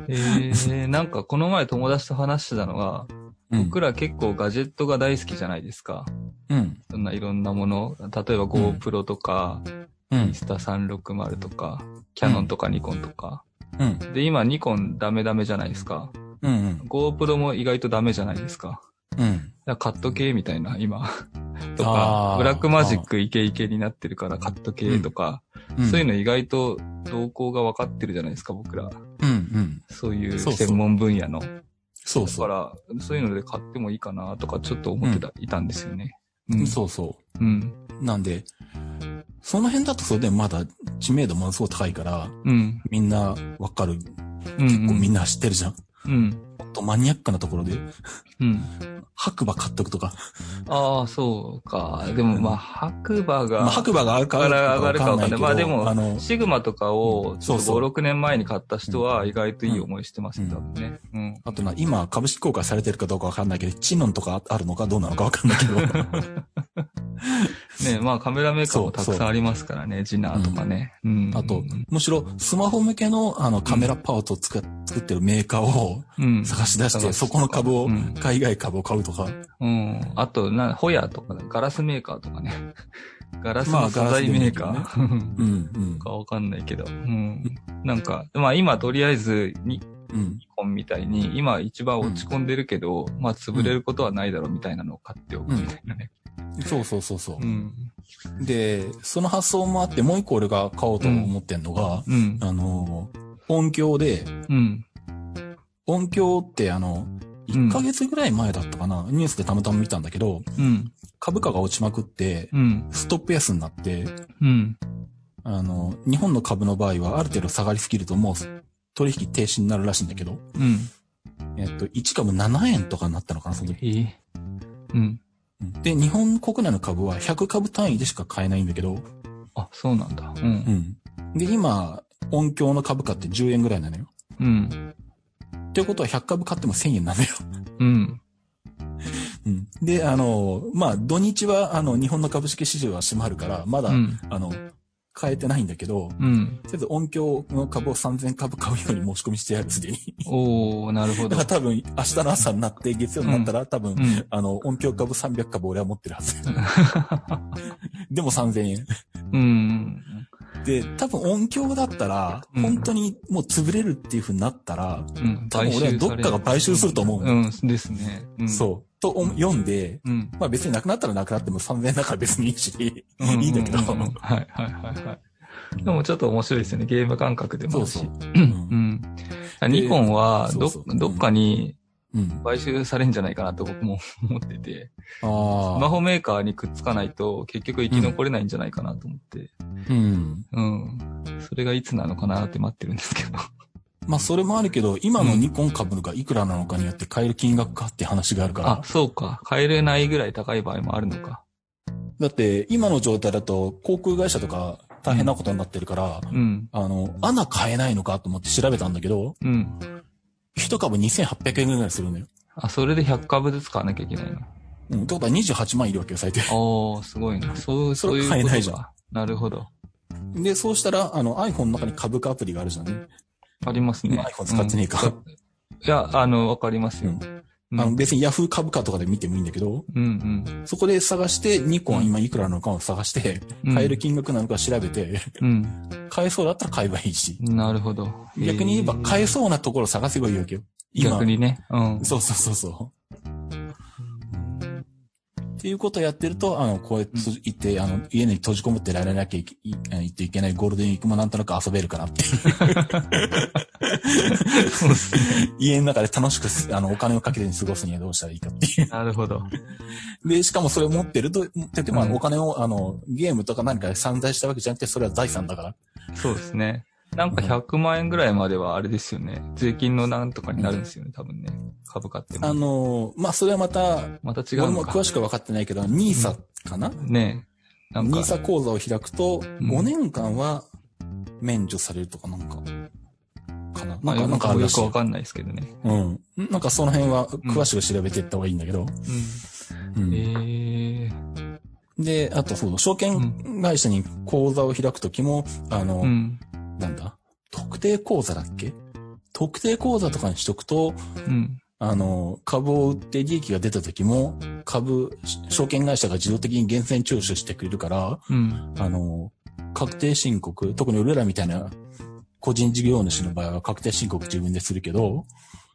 S2: えー、なんかこの前友達と話してたのが、
S1: うん
S2: 僕ら結構ガジェットが大好きじゃないですか。
S1: うん。
S2: そんないろんなもの、例えば GoPro とか、
S1: う
S2: イ
S1: ん
S2: ン。スタ360とか、キャノンとかニコンとか。
S1: うん。
S2: で、今ニコンダメダメじゃないですか。
S1: うん。うん。
S2: GoPro も意外とダメじゃないですか。
S1: うん。
S2: だからカット系みたいな、今。 とか
S1: あ、ー
S2: ブラックマジックイケイケになってるからカット系とか、
S1: うん。
S2: そういうの意外と動向が分かってるじゃないですか、僕ら。
S1: うん。うん。
S2: そういう
S1: そうそう
S2: 専門分野の。
S1: そう
S2: だ
S1: そ
S2: か
S1: う。
S2: ら、そういうので買ってもいいかなとか、ちょっと思ってた、いたんですよね。うん。
S1: そうそ
S2: うん。
S1: う。なんで、その辺だとそれでもまだ知名度ものすごい高いから、
S2: うん。
S1: みんなわかる。
S2: うん。
S1: 結構みんな知ってるじゃん。
S2: うん。
S1: もっとマニアックなところで、
S2: うん。
S1: 白馬買っとくとか。
S2: ああ、そうか。でも、まあ、白馬が、
S1: まあ、白馬が上がるか上がるかわかんないけど。
S2: 上がるかわ
S1: あ
S2: か
S1: の、
S2: シグマとかを、ち
S1: そ
S2: ょ
S1: う
S2: っと
S1: そう
S2: 5、6年前に買った人は、意外といい思いしてますね、多分ね。うん。
S1: あとな、今株式公開されてるかどうかわかんないけど、チノンとかあるのかどうなのかわかんないけど。
S2: ねまあ、カメラメーカーもたくさんありますからね、ジナーとかね。うん。
S1: あと、むしろスマホ向けのあのカメラパートを作っ作ってるメーカーを
S2: うん。
S1: 探し出し
S2: う
S1: て、
S2: ん
S1: そこの株を
S2: うん、
S1: 海外株を買うとか。
S2: うん。あと、な、ホヤとか、ガラスメーカーとかね。ガラス
S1: ま
S2: の
S1: あ
S2: 素
S1: ガラス
S2: 材
S1: メ
S2: メー
S1: ー
S2: カ
S1: カーね
S2: ー。うん
S1: うん、うん
S2: かわかんないけど。うん。なんか、まあ今とりあえずニ
S1: うん、
S2: コンみたいに、今一番落ち込んでるけど、まあ潰れることはないだろうみたいなのを買っておくみたいなね。
S1: うん。そうそうそうそう
S2: う、ん。
S1: で、その発想もあって、もう一個俺が買おうと思ってんのが、
S2: うん。
S1: あの、音響で、
S2: うん。
S1: 音響ってあの、
S2: うん
S1: 1ヶ月ぐらい前だったかな、ニュースでたまたま見たんだけど、
S2: うん。
S1: 株価が落ちまくって、
S2: うん。
S1: ストップ安になって、
S2: うん。
S1: あの、日本の株の場合はある程度下がりすぎるともう取引停止になるらしいんだけど、
S2: うん。
S1: えっと、1株7円とかになったのかな、その時。
S2: えーうん。
S1: で、日本国内の株は100株単位でしか買えないんだけど、
S2: あ、そうなんだ。う。
S1: うんん。で、今、音響の株価って10円ぐらいなのよ。
S2: うん。
S1: っていうことは100株買っても1000円なのよ。
S2: うん。
S1: うん。で、あの、まあ、土日は、あの、日本の株式市場は閉まるから、まだ、
S2: うん。
S1: あの、買えてないんだけど、
S2: うん。
S1: とりあえず音響の株を3000株買うように申し込みしてやる、すでに。
S2: おー、なるほ
S1: だ
S2: ど
S1: から。多分、明日の朝になって、月曜になったら、多分、
S2: うん。
S1: あの、音響株300株俺は持ってるはず。でも3000円。
S2: うん。
S1: で、多分音響だったら、
S2: うん
S1: 本当にもう潰れるっていう風になったら、
S2: うん。
S1: 多分俺はどっかが買収すると思う
S2: うん、ですね。うん。
S1: そう、と思読んで、
S2: う。うん。
S1: まあ別になくなったらなくなっても3000円だから別にいいし、い
S2: うんうんうんうん
S1: いんだけど。
S2: はいはいはいはい。でもちょっと面白いですよね。ゲーム感覚でもあ
S1: そう
S2: るし。
S1: そう。
S2: うん。ニコンはど、
S1: そうそう
S2: どっかに
S1: うん。
S2: 買収されんじゃないかなと僕も思ってて、スマ
S1: ああ。
S2: ホメーカーにくっつかないと結局生き残れないんじゃないかなと思って、
S1: うん。
S2: うん。それがいつなのかなって待ってるんですけど。
S1: まあそれもあるけど、今のニコン株がいくらなのかによって買える金額かって話があるから。
S2: あ、そうか。買えれないぐらい高い場合もあるのか。
S1: だって今の状態だと航空会社とか大変なことになってるから、
S2: うん。
S1: あの、アナ買えないのかと思って調べたんだけど、
S2: うん。
S1: 一株2800円ぐらいするのよ。
S2: あ、それで100株ずつ買わなきゃいけないの。
S1: うん。ってことは28万いるわけよ、最低。
S2: おー、すごいな。そう、
S1: そ
S2: そう
S1: れ
S2: いうこと
S1: 買
S2: か。
S1: えないじゃん
S2: なるほど。
S1: で、そうしたら、あの iPhone の中に株価アプリがあるじゃんね。
S2: ありますね。
S1: 今 iPhone 使ってねえか
S2: うんいや、あの、わかりますよ。う
S1: あの
S2: ん。
S1: 別に Yahoo 株価とかで見てもいいんだけど、
S2: うん
S1: そこで探して、ニコンは今いくらなのかを探して、
S2: うん。
S1: 買える金額なのか調べて、
S2: うん。
S1: 買えそうだったら買えばいいし。
S2: なるほど。
S1: 逆に言えば
S2: え
S1: 買えそうなところを探せばいいわけよ。今
S2: 逆。にね。う ん。
S1: そうそうそうそう。っていうことをやってると、あの、こうやって行って、あの、家に閉じこもってられなきゃいけい行っていけないゴールデンウィークもなんとなく遊べるかなっていう。
S2: そうですね。
S1: 家の中で楽しくす、あの、お金をかけずに過ごすにはどうしたらいいかっていう。
S2: なるほど。
S1: で、しかもそれを持ってると、持ってても、あの
S2: うん
S1: お金を、あの、ゲームとか何かで散財したわけじゃなくて、それは財産だから。
S2: そうですね。なんか100万円ぐらいまではあれですよね。税金のなんとかになるんですよね、多分ね。株買って
S1: あ
S2: も。
S1: の、まあ、それはまた、
S2: また違
S1: 俺
S2: うの
S1: も
S2: か。
S1: 詳しくは分かってないけど、ニーサかな、
S2: ねえ。なん
S1: ニー
S2: か、
S1: サ講座を開くと、
S2: うん
S1: 5年間は免除されるとかなんか、かな
S2: ま
S1: な
S2: あ
S1: んか、なんかある
S2: よ
S1: らし
S2: く
S1: い
S2: わ。かんないですけどね。
S1: うん。なんかその辺は詳しく調べていった方がいいんだけど。う
S2: うん。
S1: ん
S2: ええ。
S1: で、あとそう、証券会社に口座を開くときも、あの、
S2: うん。
S1: なんだ特定口座だっけ特定口座とかにしとくと、
S2: うん。
S1: あの、株を売って利益が出た時も、株、証券会社が自動的に厳選徴収してくれるから、
S2: うん。
S1: あの、確定申告、特に俺らみたいな個人事業主の場合は確定申告自分でするけど、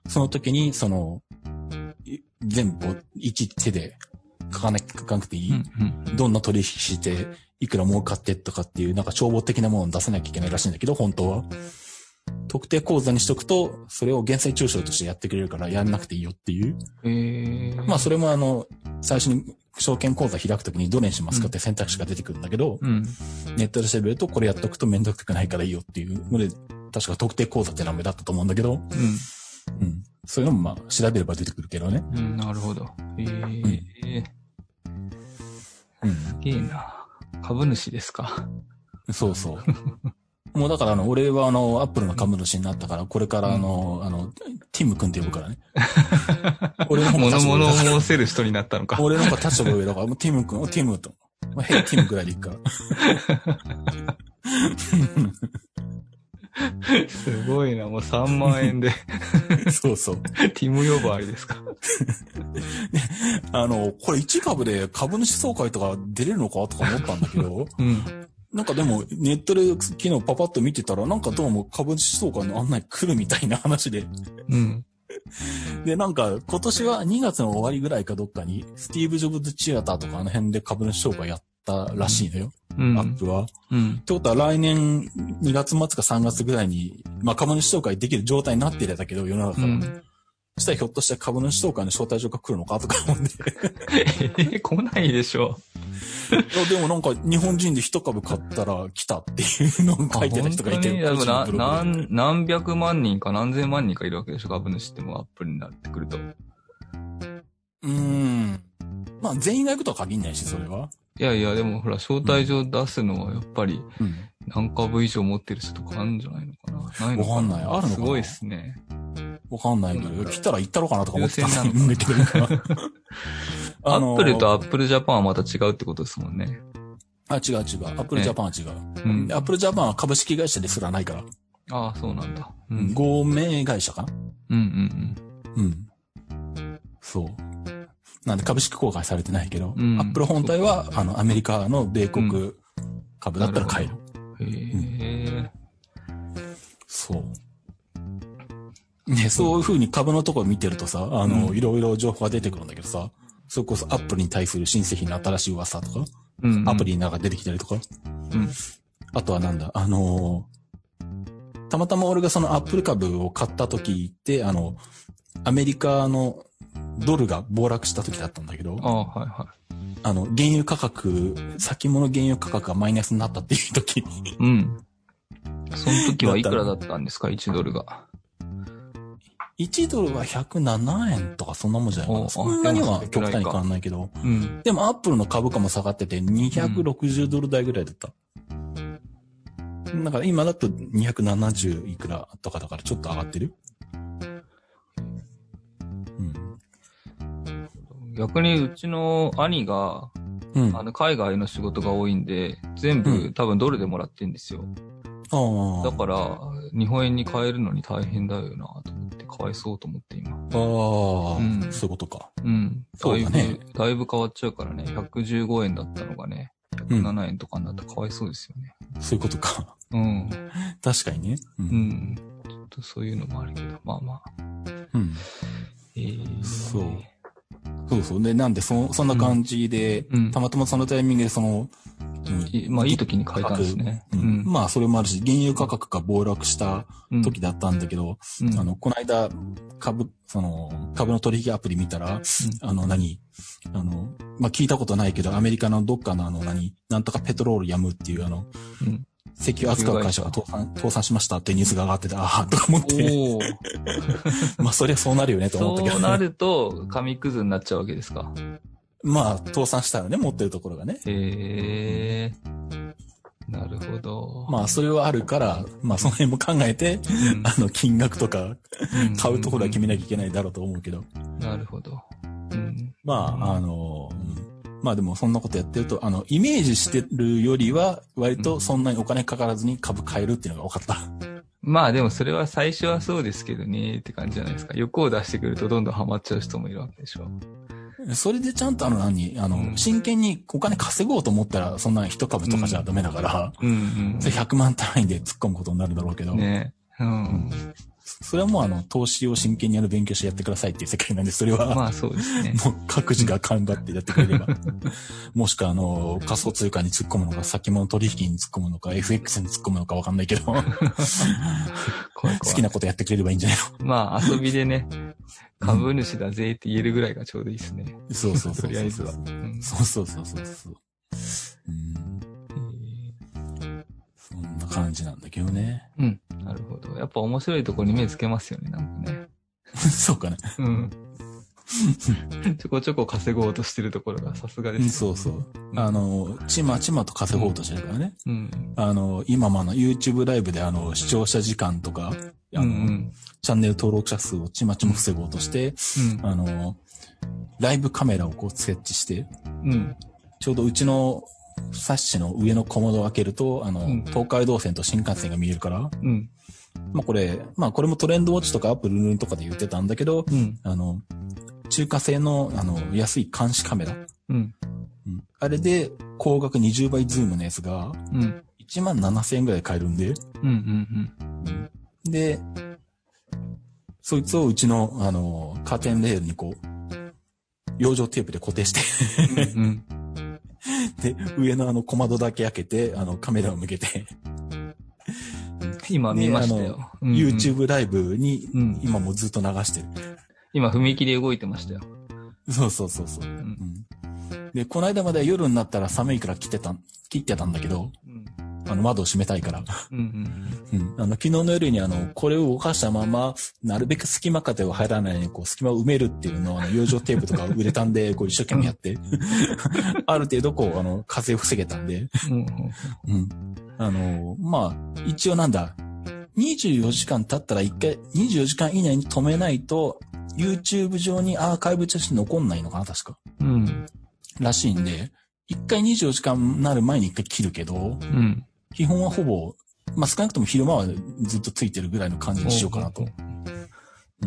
S1: その時に、その、い全部一手で書かな書かなくていい、
S2: うん。うん
S1: どんな取引して、いくら儲かってとかっていう、なんか消防的なものを出さなきゃいけないらしいんだけど、本当は。特定口座にしとくと、それを厳正中傷としてやってくれるから、やんなくていいよっていう。
S2: ええ。
S1: まあ、それもあの、最初に証券口座開くときにどれにしますかって選択肢が出てくるんだけど、
S2: うん。
S1: ネットで調べると、これやっとくとめんどくさくないからいいよっていうので、確か特定口座って名前だったと思うんだけど、
S2: うん。
S1: うん。そういうのもまあ、調べれば出てくるけどね。
S2: うん、なるほど。ええ
S1: うん。
S2: いいな。株主ですか。
S1: そうそう。もうだからあの、俺はあの、アップルの株主になったから、これからあの、あの、ティム君って呼ぶ からね。俺の方が
S2: 物
S1: 立場上
S2: 々を
S1: だから
S2: 申せる人になったのか。
S1: 俺の方が立場上だから、もうティム君、おティムと。まあ、ヘイティムぐらいでいいから。
S2: すごいな。もう3万円 で、
S1: そうそう。
S2: ティム呼ばわりですか。
S1: あの、これ1株で株主総会とか出れるのかとか思ったんだけど、
S2: うん。
S1: なんかでもネットで昨日パパッと見てたら、なんかどうも株主総会の案内来るみたいな話で。
S2: うん。
S1: で、なんか、今年は2月の終わりぐらいかどっかに、スティーブ・ジョブズ・チアターとかあの辺で株主紹介やったらしいのよ、
S2: う
S1: アッ
S2: ん。
S1: プは。っ
S2: うん。
S1: てことは来年2月末か3月ぐらいに、まあ株主紹介できる状態になっていたけど、世の中
S2: う
S1: から。
S2: ん。
S1: そしたらひょっとして株主紹介の招待状が来るのかとか思 うんで。
S2: ええ、 来ないでしょ。
S1: いやでもなんか日本人で一株買ったら来たっていうのを書いてた人がいて、個人の
S2: あ本当
S1: ブ
S2: に
S1: ログ
S2: な
S1: で
S2: 何、何百万人か何千万人かいるわけでしょ。株主ってもうアップルになってくると。
S1: うーん。まあ全員が行くとは限んないし、それは。
S2: いやいや、でもほら、招待状出すのはやっぱり、
S1: うん。
S2: 何株以上持ってる人とかあるんじゃないのかなないのかな
S1: わかんないあるのかな
S2: すごいっすね。
S1: わかんないけ
S2: う
S1: ど、
S2: ん
S1: 来たら行ったろかなとか思ってた
S2: 優先
S1: んだけど。
S2: ア
S1: あの
S2: ップルとアップルジャパンはまた違うってことですもんね。
S1: あ、違う違う。アップルジャパンは違う。
S2: うん。
S1: アップルジャパンは株式会社ですらないから。
S2: ああ、そうなんだ。うん。
S1: 合名会社かな
S2: うんうん
S1: うん。そう。なんで株式公開されてないけど、
S2: うん
S1: アップル本体は、あの、アメリカの米国株だったら買える。
S2: なるへえ。
S1: そう。ね、そういう風に株のとこ見てるとさ、あの、
S2: う
S1: いろいろ情報が出てくるんだけどさ、それこそアップルに対する新製品の新しい噂とか、
S2: うんうん
S1: アプリの中出てきたりとか、
S2: うん
S1: あとはなんだ、あのーたまたま俺がそのアップル株を買った時って、あの、アメリカのドルが暴落した時だったんだけど、
S2: ああ、はいは
S1: あの、原油価格、先物原油価格がマイナスになったっていう時に、
S2: い。うん。その時はいくらだったんですか ?1 ドルが。
S1: 1ドルは107円とかそんなもんじゃないか
S2: お
S1: な。
S2: う
S1: そんなに
S2: あ
S1: は
S2: でもそれ
S1: 極
S2: くら
S1: 端
S2: いか
S1: に変わんないけど。
S2: うん。
S1: でもアップルの株価も下がってて260ドル台ぐらいだった。だから今だと270いくらとかだからちょっと上がってる。うん。
S2: 逆にうちの兄が、
S1: うん。
S2: あ
S1: あ
S2: の、海外の仕事が多いんで、全
S1: う
S2: 部多分ドルでもらってんですよ。
S1: あ。
S2: だから、日本円に変えるのに大変だよなと思って、かわいそうと思って今。
S1: ああ、
S2: うん
S1: そういうことか。
S2: うん。
S1: そうだね
S2: ぶ、だいぶ変わっちゃうからね。115円だったのがね、107円とかになったらかわいそうですよね。
S1: そういうことか。
S2: うん。
S1: 確かにね。う。
S2: うんん。ちょっとそういうのもあるけど、まあまあ。
S1: うん。
S2: えー、
S1: そうそうそう。で、なんで、そ、そんな感じで、
S2: うん
S1: たまたまそのタイミングでその、
S2: いまあいい時に変えたんですね。
S1: うんまあ、それもあるし、原油価格が暴落した
S2: うん
S1: 時だったんだけど、
S2: うん
S1: あの、この間、株、その、株の取引アプリ見たら、あの、何あの、まあ、聞いたことないけど、アメリカのどっかのあの、何なんとかペトロールやむっていう、あの、
S2: うん
S1: 石油扱う会社が倒産、倒産しましたってニュースが上がってて、ああ、とか思って、
S2: おお。
S1: まあ、そりゃそうなるよねと思ったけ
S2: そ
S1: ど、
S2: うなると、紙くずになっちゃうわけですか。
S1: まあ、倒産したよね、持ってるところがね。
S2: へえー。なるほど。
S1: まあ、それはあるから、まあ、その辺も考えて、
S2: うん
S1: あの、金額とか、
S2: ん
S1: 買うところは決めなきゃいけないだろうと思うけど。
S2: なるほど。うん。
S1: まあ、あの、うんまあでもそんなことやってると、あの、イメージしてるよりは、割とそんなにお金かからずに株買えるっていうのが分かっ
S2: まあでもそれは最初はそうですけどねって感じじゃないですか。欲を出してくるとどんどんハマっちゃう人もいるわけでしょ。
S1: た。それでちゃんとあの何、あ
S2: うん
S1: の、真剣にお金稼ごうと思ったら、そんな一株とかじゃダメだから、
S2: うん
S1: それ100万単位で突っ込むことになるだろうけ
S2: う
S1: ど、
S2: ん。ねうん。
S1: それはもうあの、投資を真剣にやる勉強してやってくださいっていう世界なんで、それは、
S2: まあそうです ね。
S1: もう各自が頑張ってやってくれれば。もしくは、あの、仮想通貨に突っ込むのか、先物取引に突っ込むのか、FX に突っ込むのかわかんないけど、好
S2: 怖い怖い。
S1: きなことやってくれればいいんじゃない
S2: まあ遊びでね、株主だぜって言えるぐらいがちょうどいいですね。
S1: のそうそうそ
S2: と
S1: う
S2: りあ
S1: そ
S2: え
S1: う
S2: ず
S1: そ
S2: は。
S1: う。
S2: うん
S1: そうそうそうそうそう。うん、そんな感じなんだけどね。
S2: うん。なるほど。やっぱ面白いところに目つけますよね、なんかね。
S1: そうかね。
S2: うん。ちょこちょこ稼ごうとしてるところがさすが
S1: う
S2: で
S1: ん、
S2: す。
S1: そうそう。あの、ちまちまと稼ごうとしてるからね。
S2: うん。
S1: あの、今もあの、YouTube ライブであの、視聴者時間とか、あの、
S2: うん
S1: チャンネル登録者数をちまちま防ごうとして、
S2: うん。
S1: あの、ライブカメラをこう設置して、
S2: うん。うん。
S1: ちょうどうちのサッシの上の小窓を開けると、あの、
S2: うん
S1: 東海道線と新幹線が見えるから、
S2: うん。
S1: まあこれ、まあこれもトレンドウォッチとかアップルルンとかで言ってたんだけど、
S2: うん。
S1: あの、中華製の、あの、安い監視カメラ。
S2: うん。
S1: うんあれで、高額20倍ズームのやつが、
S2: うん。
S1: 1万7000円ぐらいで買えるんで、
S2: うん。うん。
S1: で、そいつをうちの、あの、カーテンレールにこう、養生テープで固定して、
S2: うん。
S1: で、上のあの小窓だけ開けて、あのカメラを向けて、
S2: 今見ましたよ。うんうん
S1: YouTube ライブに
S2: うん
S1: 今もずっと流してる。
S2: 今、踏切動いてましたよ。
S1: そうそうそうそう
S2: う。。
S1: うんんで、この間までは夜になったら寒いから来てた、切ってたんだけど、
S2: うん。
S1: あの窓を閉めたいから。
S2: うん。
S1: うん。あの、昨日の夜にあの、これを動かしたまま、なるべく隙間風を入らないように、こう、隙間を埋めるっていうのを、あの、養生テープとかをウレタンで、こう、一生懸命やって、 ある程度、こう、あの、風を防げたんで、
S2: うん。
S1: うん。あの、まあ、一応なんだ、24時間経ったら一回、24時間以内に止めないと、YouTube 上にアーカイブ写真残んないのかな、確か。
S2: うん。
S1: らしいんで、一回24時間になる前に一回切るけど、
S2: うん。
S1: 基本はほぼ、まあ、少なくとも昼間はずっとついてるぐらいの感じにしようかなと。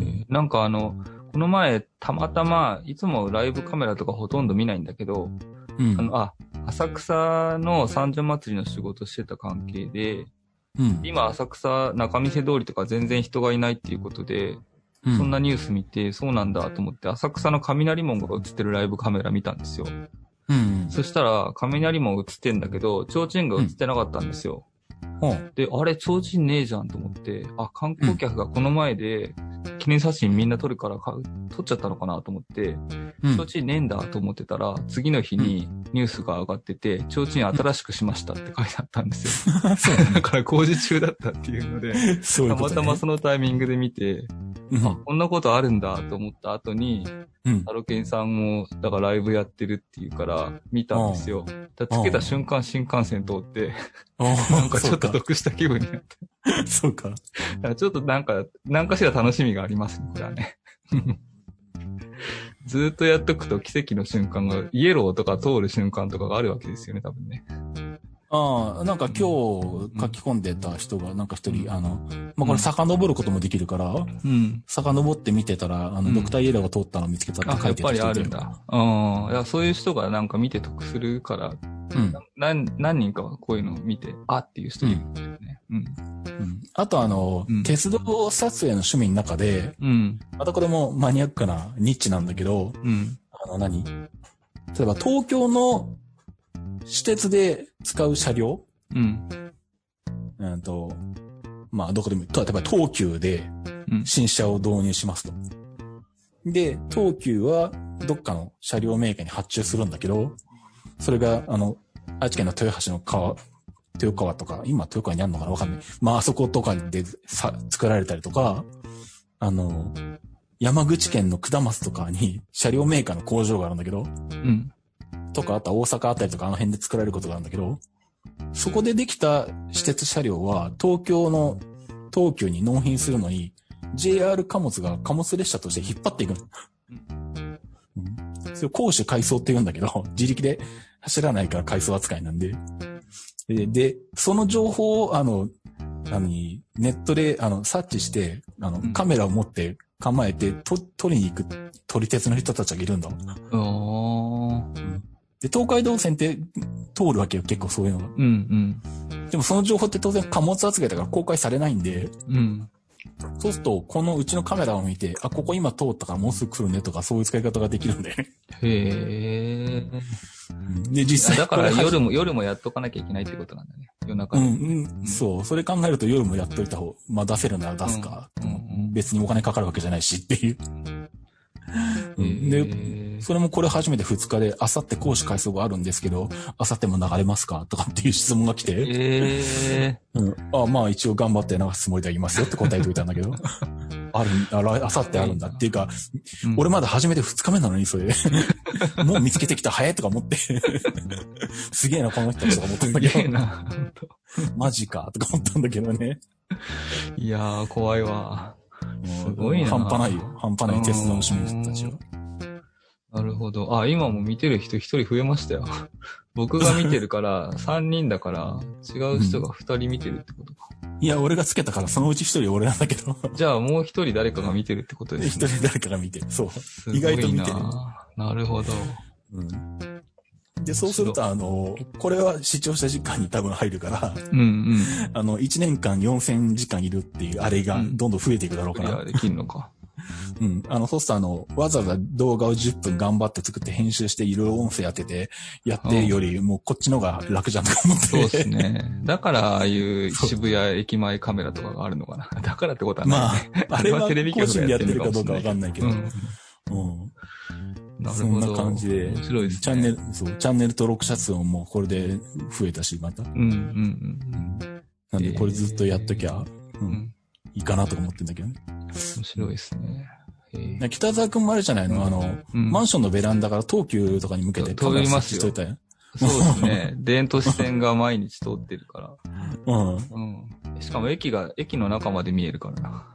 S1: うん
S2: なんかあの、この前、たまたま、いつもライブカメラとかほとんど見ないんだけど、
S1: うん
S2: あの、あ、浅草の三社祭りの仕事してた関係で、
S1: うん。
S2: 今浅草中見世通りとか全然人がいないっていうことで、
S1: う
S2: そんなニュース見て、そうなんだと思って、浅草の雷門が映ってるライブカメラ見たんですよ。
S1: うん。
S2: そしたら、雷門映ってんだけど、提灯が映ってなかったんですよ。
S1: ほう
S2: で、あれ、提灯ねえじゃんと思って、あ、観光客がこの前で、記念写真みんな撮るからか、撮っちゃったのかなと思って、
S1: うん
S2: 提灯ねえんだと思ってたら、次の日にニュースが上がってて、提灯新しくしましたって書いてあったんですよ。
S1: そうだね
S2: だから工事中だったっていうので、
S1: そうい
S2: た
S1: うこ
S2: ま
S1: と
S2: た
S1: だね
S2: まそのタイミングで見て、
S1: うん
S2: こんなことあるんだと思った後に、
S1: うん
S2: タロケンさんも、だからライブやってるっていうから、見たんですよ。だからつけた瞬間、新幹線通って、
S1: な
S2: なんかちょっと得した気分になって。
S1: そうか。
S2: だからちょっとなんか、何かしら楽しみがありますね、これはね。 ずーっとやっとくと奇跡の瞬間が、イエローとか通る瞬間とかがあるわけですよね、多分ね。
S1: ああ、なんか今日書き込んでた人が、なんか一人、あの、まあ、これ遡ることもできるから、
S2: うん。
S1: 遡って見てたら、あ
S2: う
S1: の、
S2: ん
S1: ドクターイエローが通ったのを見つけた
S2: あ
S1: って、書
S2: やっ
S1: いてた
S2: ぱ
S1: 人い
S2: り
S1: た
S2: あ
S1: よ
S2: るんだ。うん。いや、そういう人がなんか見て得するから、
S1: うん。
S2: 何、何人かはこういうのを見て、あっていう人いるんだよね。うん。
S1: うんあとあの、
S2: うん
S1: 鉄道撮影の趣味の中で、
S2: うん。
S1: またこれもマニアックなニッチなんだけど、
S2: うん。
S1: あの何例えば東京の私鉄で使う車両
S2: うん。
S1: うんと、まあどこでもいい、例えば東急で
S2: うん
S1: 新車を導入しますと。で、東急はどっかの車両メーカーに発注するんだけど、それが、あの、愛知県の豊橋の川、豊川とか、今豊川にあるのかなわかんない。まああそことかでさ作られたりとか、あの、山口県の下松とかに車両メーカーの工場があるんだけど、
S2: うん。
S1: とか、あとは大阪あたりとかあの辺で作られることがあるんだけど、そこでできた私鉄車両は東京の、東急に納品するのに、JR 貨物が貨物列車として引っ張っていくの。うんそれを公主回送って言うんだけど、自力で走らないから回送扱いなんで。で、でその情報を、あの、あのネットで、あの、察知して、あの
S2: うん、
S1: カメラを持って構えて、と、取りに行く、撮り鉄の人たちがいるんだ。
S2: おー
S1: で、東海道線って通るわけよ、結構そういうのが。
S2: うん
S1: でもその情報って当然貨物扱いだから公開されないんで、
S2: うん。うん。
S1: そうすると、このうちのカメラを見て、あ、ここ今通ったからもうすぐ来るねとか、そういう使い方ができるんで。で、
S2: へえ。
S1: 実際
S2: だから
S1: これ
S2: 夜も、夜もやっとかなきゃいけないってことなんだね。夜中
S1: う
S2: に。
S1: ん、うん、そう。それ考えると夜もやっといた方、まあ出せるなら出すか。
S2: うんうん
S1: 別にお金かかるわけじゃないしっていう。うん
S2: へ
S1: で、
S2: ー
S1: それもこれ初めて2日で、あさって講師回送があるんですけど、あさっても流れますかとかっていう質問が来て。
S2: へ
S1: うん。あまあ一応頑張って流すつもりではいますよって答えておいたんだけ ど。ある、あら、あさってあるんだっていうか、
S2: ーうん
S1: 俺まだ初めて2日目なのに、それ。 もう見つけてきた、早いとか思って。 すげえな、この人たちとか思ったん
S2: す
S1: だけ
S2: げえ
S1: ど。
S2: な。
S1: マジか、とか思ったんだけどね。
S2: いやー、怖いわ。すごいな
S1: 半端ないよ。半端ない鉄道の趣味の人たちは。
S2: なるほど。あ、今も見てる人一人増えましたよ。僕が見てるから、3人だから、違う人が2人見てるってことか。
S1: いや、俺がつけたから、そのうち一人俺なんだけど。
S2: じゃあもう一人誰かが見てるってことで
S1: 一
S2: すね。
S1: 人誰かが見てる。そう。
S2: すごいな
S1: 意外と見てる
S2: なるほど。
S1: うん。で、そうすると、あの、これは視聴者時間に多分入るから、
S2: うんうん。
S1: あの、1年間4000時間いるっていうあれが
S2: うん
S1: どんどん増えていくだろう
S2: ク
S1: か
S2: リ
S1: ら。
S2: アできんのか。
S1: うん。あの、そうするとあの、わざわざ動画を10分頑張って作って編集していろいろ音声当ててやってより、もうこっちのが楽じゃんとか思って。
S2: そうですね。だから、ああいう渋谷駅前カメラとかがあるのかな。だからってことは
S1: ま
S2: な
S1: あ
S2: いね。、
S1: あれは
S2: あれは
S1: 個
S2: テレビ局
S1: 人でやってるかどうかわかんないけど。
S2: う
S1: うん
S2: ん。なる
S1: そ
S2: ほ
S1: ん
S2: ど。
S1: な感じで、
S2: 面白いですね。
S1: チャンネル、そう、チャンネル登録者数ももうこれで増えたし、また。
S2: うんうん
S1: なんでこれずっとやっときゃ、う、
S2: うん。うんん。
S1: いいかなとか思ってんだけどね。
S2: 面白いですね。へえ
S1: な北沢くんもあるじゃないのあの、
S2: うん
S1: マンションのベランダから東急とかに向けて
S2: そう飛びますよ
S1: 設置しといたよ。
S2: そうで すね。電都市線が毎日通ってるから。
S1: うん。
S2: うん。しかも駅が、駅の中まで見えるからな。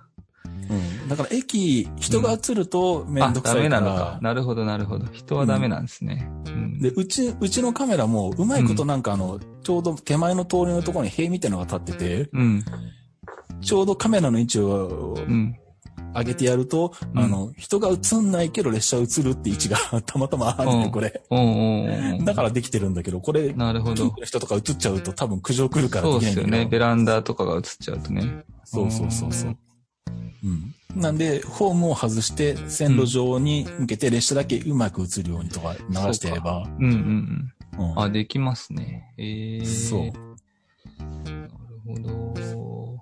S1: うん。だから駅、人が映るとめんどく
S2: あ、
S1: さ
S2: ダ
S1: い
S2: メ
S1: か
S2: な
S1: ら。
S2: のか。なるほど、なるほど。人はダメなんですね。うん。
S1: で、うち、うちのカメラも、うまいことなんかあの、ちょうど手前の通りのところに塀みたいなのが立ってて、
S2: うん。
S1: ちょうどカメラの位置を
S2: うん。
S1: 上げてやると、
S2: うん
S1: あの、人が映んないけど列車映るって位置がたまたまある
S2: う
S1: ね、
S2: ん
S1: これ。
S2: うんうんうん。
S1: だからできてるんだけど、これ、
S2: なるほ
S1: 近
S2: ど
S1: 所。の人とか映っちゃうと多分苦情来るから
S2: そう
S1: できないん
S2: です
S1: だ
S2: よ
S1: けど。
S2: ね。ベランダとかが映っちゃうとね。
S1: そうそうそうそう。うん。なんで、ホームを外して、線路上に向けて列車だけうまく映るようにとか流してやれば、
S2: うんうんう
S1: う
S2: ん。
S1: ん
S2: あ、できますね。ええ
S1: そう。
S2: なるほど。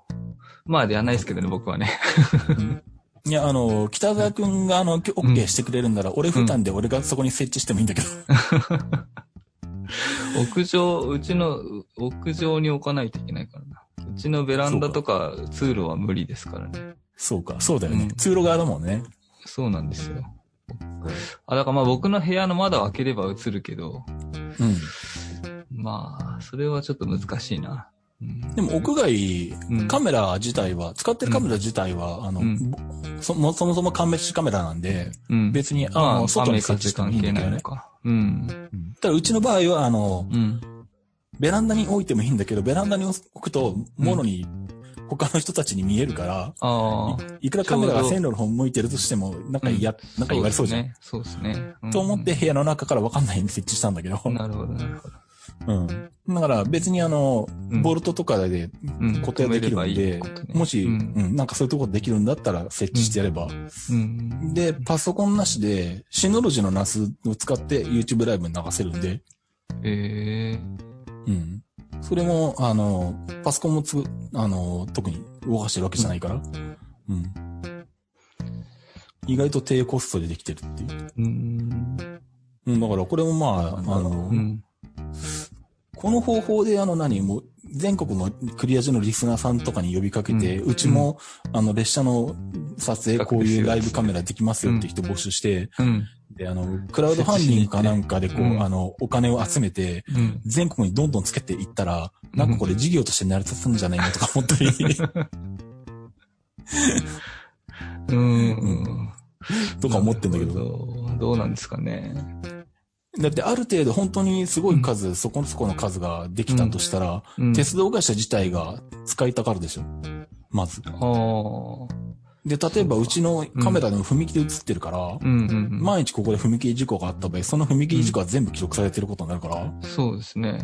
S2: まあ、ではないですけどね、僕はね。
S1: いや、あの、北沢くんが、あの、き OK してくれるんなら、俺普段で俺がそこに設置してもいいんだけど。
S2: 屋上、うちの、う屋上に置かないといけないからな。うちのベランダとか通路は無理ですからね。
S1: そうか、そうだよね。
S2: うん
S1: 通路側だもんね。
S2: そうなんですよ。あ、だからまあ僕の部屋の窓を開ければ映るけど、
S1: うん。
S2: まあ、それはちょっと難しいな。うん
S1: でも、屋外、
S2: うん
S1: カメラ自体は、使ってるカメラ自体は、あの、
S2: うん
S1: ぼそもそもそもカメシカメラなんで、
S2: うん
S1: 別に、あ
S2: ま
S1: の、
S2: あ、
S1: 外
S2: 雨
S1: に設置
S2: 風
S1: しても
S2: 関
S1: いいんだ
S2: 係
S1: け
S2: な
S1: ど
S2: い
S1: ね
S2: の。か。うん。
S1: うんただ、うちの場合は、あの、
S2: うん。
S1: ベランダに置いてもいいんだけど、ベランダに置くと、ものに、他の人たちに見えるから、
S2: ああ。
S1: いいくらカメラが線路の方向いてるとしても、なんか嫌、なんか言われそうじゃん。
S2: そうですね。そうですね。
S1: と思って部屋の中からわかんないように設置したんだけど。
S2: うん。なるほど、なるほど。
S1: うん。だから別にあの、
S2: うん
S1: ボルトとかで
S2: うん
S1: 固定できるん
S2: 止めればいい
S1: で、
S2: ってことね
S1: もし、
S2: う
S1: うんん、なんかそういうとこできるんだったら設置してやれば。
S2: うん。
S1: で、パソコンなしで、シノロジーのナスを使って YouTube ライブに流せるんで、
S2: ええ
S1: うん。それも、あの、パソコンもつ、あの、特に動かしてるわけじゃないから、うん。意外と低コストでできてるっていう。
S2: うん。
S1: うん、だからこれもまあ、あの、
S2: うん。
S1: この方法で、あの何、もう、全国のクリア中のリスナーさんとかに呼びかけて、
S2: う
S1: うんちも、あの、列車の撮影、こういうライブカメラできますよって人募集して、
S2: うん。
S1: で、あの、クラウドファンディングかなんかで、こう、
S2: うん
S1: あの、お金を集めて、
S2: うん。
S1: 全国にどんどんつけていったら、なんかこれ事業として成り立つんじゃないのとか思ったり、
S2: うん。
S1: とか思ってんだけど。
S2: ど。どうなんですかね。
S1: だってある程度本当にすごい数、そこそこの数ができたとしたら、
S2: うん。
S1: 鉄道会社自体が使いたがるでしょ。まず。
S2: ああ。
S1: で、例えばうちのカメラでも踏切映ってるから、
S2: うんうんうん。
S1: 毎日ここで踏切事故があった場合、その踏切事故は全部記録されてることになるから、
S2: そうですね。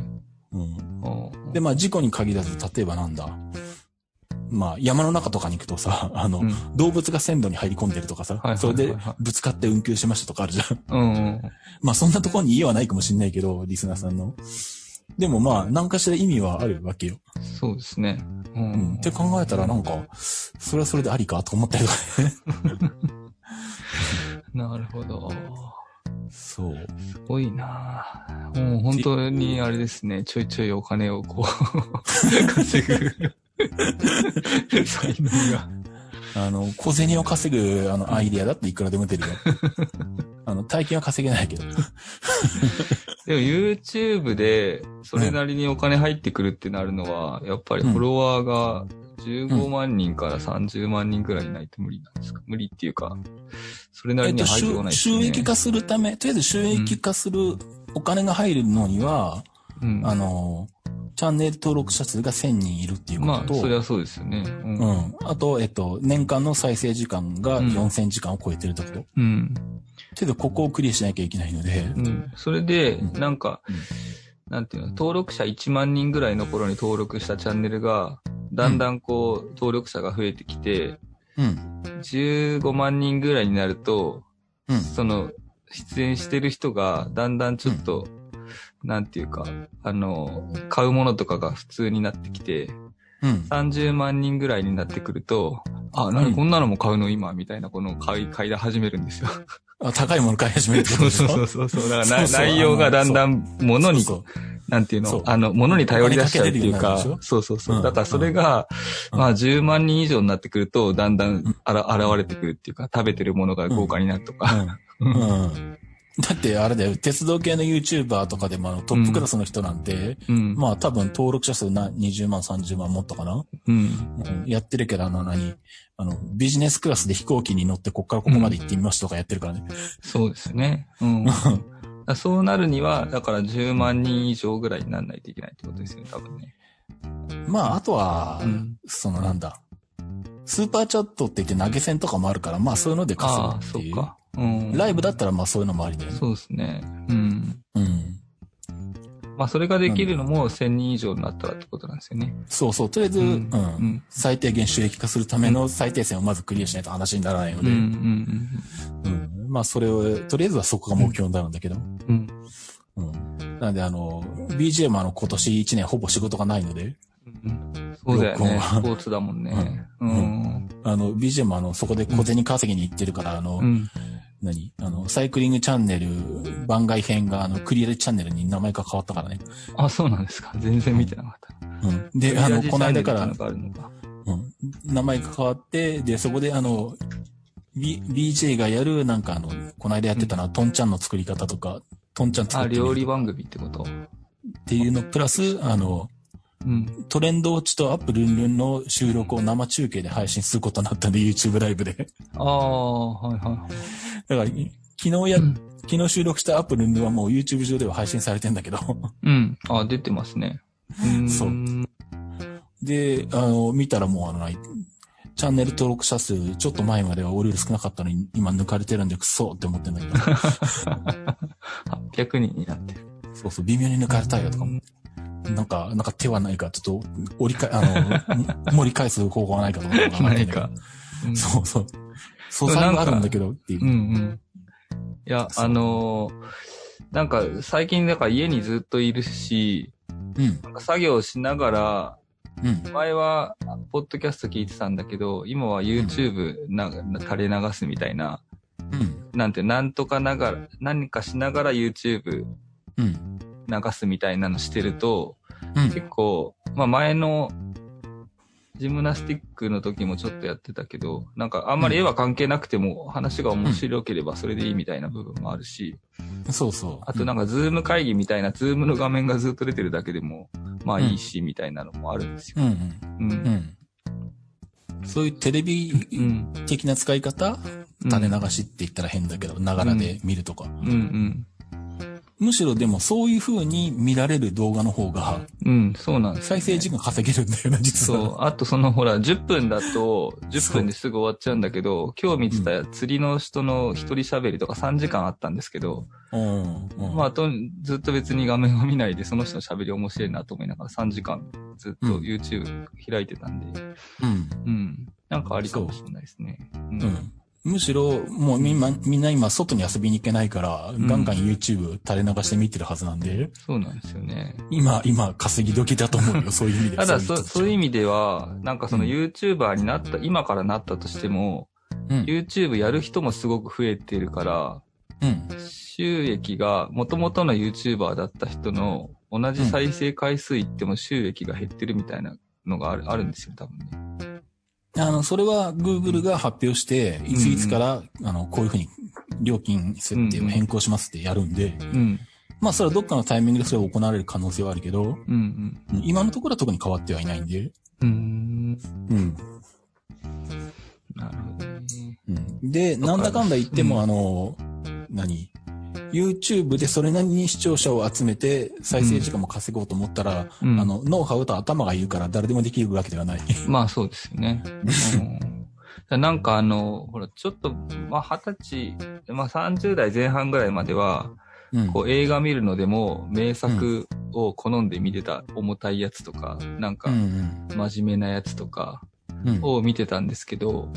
S1: うん。
S2: あー
S1: で、まあ事故に限らず、例えばなんだ、まあ山の中とかに行くとさ、あの、
S2: うん
S1: 動物が線路に入り込んでるとかさ、
S2: はいはいはい
S1: そ
S2: はい
S1: れでぶつかって運休しましたとかあるじゃん。
S2: うんうん。
S1: まあそんなところに家はないかもしんないけど、リスナーさんの。でもまあ、何かしら意味はあるわけよ。
S2: そうですね。う
S1: うん。
S2: ん
S1: って考えたらなんか、それはそれでありかと思ったりとかね。
S2: なるほど。
S1: そう。
S2: すごいなぁもう本当にあれですね、ちょいちょいお金をこう、 稼 ぐ才能が。
S1: あの、小銭を稼ぐ、あの、アイディアだっていくらでも出 るよ。あの、大金は稼げないけど。
S2: でも YouTube でそれなりにお金入ってくるってなるのは、やっぱりフォロワーが15万人から30万人くらいいないと無理なんですか無理っていうか、それな
S1: え
S2: り
S1: っ
S2: に
S1: と、
S2: は入
S1: 収
S2: ってこないです
S1: 収
S2: ね。
S1: 益化するため、とりあえず収益化するお金が入るのには、
S2: うん。
S1: あの、チャンネル登録者数が1000人いるっていうこ
S2: ま
S1: と
S2: あ、
S1: と、
S2: そりゃそうですよね。うん。
S1: うん。あと、えっと、年間の再生時間が
S2: うん
S1: 4000時間を超えてるところ。と
S2: うん
S1: りあえずここをクリアしなきゃいけないので、
S2: うん。それで、
S1: うん
S2: なんか、
S1: うん
S2: なんていうの、登録者1万人ぐらいの頃に登録したチャンネルが、だんだんこう、登録者が増えてきて、
S1: うん。
S2: 15万人ぐらいになると、
S1: うん
S2: その、出演してる人が、だんだんちょっと、なんていうか、あの、買うものとかが普通になってきて、
S1: うん。
S2: 30万人ぐらいになってくると、あ、な
S1: う
S2: に
S1: ん
S2: こんなのも買うの今、みたいな、この買い、買いだ始めるんですよ。
S1: あ高いもの買い始めるってこと
S2: そう
S1: でし
S2: そ
S1: ょ
S2: う そうそう。だから
S1: そう
S2: な
S1: そう
S2: 内容がだんだん物に
S1: そうそう
S2: なんていう
S1: そ
S2: の
S1: う
S2: あの、物に頼り出しちゃうっていう
S1: お
S2: か
S1: 金かけれるようになるで、
S2: そうそうそうう。
S1: ん
S2: だからそれが、
S1: うん
S2: まあ10万人以上になってくると、だんだ
S1: ん
S2: んあら、現れてくるっていうか、食べてるものが豪華になるとか。
S1: うん。うん。だって、あれだよ、鉄道系の YouTuber とかでもあのトップクラスの人なんて、
S2: うん。
S1: まあ多分登録者数な20万、30万持ったかな、
S2: うん。
S1: うん、やってるけど、あの何あの、ビジネスクラスで飛行機に乗ってこっからここまで行ってみますとかやってるからね。
S2: そうですね。うん。だからそうなるには、だから10万人以上ぐらいにならないといけないってことですよね、多分ね。
S1: まあ、あとは、
S2: うん。
S1: そのなんだ、スーパーチャットって言って投げ銭とかもあるから、まあそういうので稼
S2: ああ、
S1: ぐ
S2: そ
S1: って
S2: う
S1: いう。
S2: か。うん。
S1: ライブだったらまあそういうのもありだよね。
S2: そうですね。うん。
S1: うん。
S2: まあ、それができるのも1000人以上になったらってことなんですよね。
S1: そうそう。とりあえず、
S2: う
S1: うんん。
S2: うん
S1: 最低限収益化するための最低線をまずクリアしないと話にならないの
S2: うん、
S1: で、
S2: う
S1: うん。
S2: ん、
S1: まあそれを、とりあえずはそこが目標なんだけど。
S2: うん。うん。
S1: うん。なんであの、BGM はあの今年1年ほぼ仕事がないので、
S2: うんそうだ
S1: 録
S2: よね。ス
S1: 音は
S2: ポーツだもんね。う
S1: うんん。あの、BGM はあの、そこで小銭稼ぎに行ってるから、あの、
S2: うん。
S1: 何あの、サイクリングチャンネル番外編が、あの、クリアチャンネルに名前が変わったからね。
S2: あ、そうなんですか。全然見てなかった。
S1: うん。で、あの、この間か
S2: リア
S1: ら
S2: ルチ、ャンネルっていうのがある
S1: うん。名前が変わって、で、そこで、あの、B、BJ がやる、なんかあの、この間やってたのは、トンちゃんの作り方とか、トンちゃん
S2: のか。
S1: 作
S2: あ、
S1: ってみる
S2: 料理番組ってこと
S1: っていうの、プラス、あの、
S2: うん。
S1: トレンド落ちとアップルンルンの収録を生中継で配信することになったんで、YouTube ライブで。
S2: ああ、はいはい。
S1: だから、昨日や、昨日収録したアップルンルンはもう YouTube 上では配信されてんだけど。
S2: うん。あ、出てますね。うん
S1: そうで、あの、見たらもうあの、ないチャンネル登録者数、ちょっと前までは俺より少なかったのに、今抜かれてるんでクソって思ってんだけど。
S2: 800人になってる。
S1: そうそう、微妙に抜かれたよとかも。なんか、なんか手はないか、ちょっと、折りか、あの、盛り返す方法はないかと思って考え
S2: な
S1: て
S2: い
S1: んだけど
S2: か。。うん
S1: そうそう。素材があるんだけどっていう
S2: う。んうん。いや、
S1: そう
S2: あのーなんか最近、だから家にずっといるし、
S1: うん。
S2: なんか作業しながら、
S1: うん。
S2: 前は、ポッドキャスト聞いてたんだけど、今は YouTube な、垂れ流すみたいな、
S1: うん。
S2: なんて、なんとかながら、何かしながら YouTube
S1: うん。
S2: 流すみたいなのしてると、
S1: うん。
S2: 結構、まあ前の、ジムナスティックの時もちょっとやってたけど、なんかあんまり絵は関係なくても話が面白ければそれでいいみたいな部分もあるし、
S1: そうそう。
S2: あとなん
S1: か、
S2: かズーム会議みたいな、ズームの画面がずっと出てるだけでも、まあいいし、みたいなのもあるんですよ。
S1: うんうん。
S2: うん。う。
S1: うんん。そういうテレ
S2: う
S1: ビ
S2: ん。
S1: 的な使い方、種流しって言ったら変だけど、ながらで見るとか。
S2: うん
S1: むしろでもそういう風に見られる動画の方が
S2: うん。うん、そうなんです、
S1: 再生時間稼げるんだよな、実
S2: そう
S1: は。。
S2: あとそのほら、10分だと、10分ですぐ終わっちゃうんだけど、今日見てた釣りの人の一人喋りとか3時間あったんですけど、
S1: うん。うん
S2: まあ、とずっと別に画面を見ないで、その人の喋り面白いなと思いながら3時間ずっと
S1: うん
S2: YouTube 開いてたんで、
S1: うん。
S2: うん。なんかありかもしれないですね。うん
S1: うん。むしろ、もうみんな、みんな今外に遊びに行けないから、
S2: ん
S1: ガンガン YouTube 垂れ流して見てるはずなんで、
S2: そうなんですよね。
S1: 今、今稼ぎ時だと思う よ、そういう意味で。
S2: ただそ、そういう
S1: 味。
S2: 意味では、なんかその
S1: うん
S2: YouTuber になった、今からなったとしても、
S1: うん。
S2: YouTube やる人もすごく増えてるから、
S1: うん。
S2: 収益が、元々の YouTuber だった人の同じ再生回数いっても収益が減ってるみたいなのがあるあるんですよ、多分ね。
S1: あの、それは Google が発表して、いついつから、あの、こういうふうに料金設定を変更しますってやるんで、
S2: うん、
S1: まあ、それはどっかのタイミングでそれを行われる可能性はあるけど、
S2: うん、
S1: 今のところは特に変わってはいないんで、
S2: うん。うん、
S1: うん。
S2: なるほどね。
S1: うんで、
S2: かる
S1: なんだかんだ言っても、
S2: うん
S1: あの、何 ?YouTube でそれなりに視聴者を集めて再生時間も稼ごうと思ったら、
S2: うん
S1: あの、ノウハウと頭がいるから誰でもできるわけでは ない。
S2: まあそうですよ ね。うんだなんかあの、ほら、ちょっと、まあ二十歳、まあ30代前半ぐらいまでは、
S1: うん
S2: こう映画見るのでも名作を好んで見てた重たいやつとか、なんか
S1: うん
S2: 真面目なやつとか
S1: うん
S2: を見てたんですけど、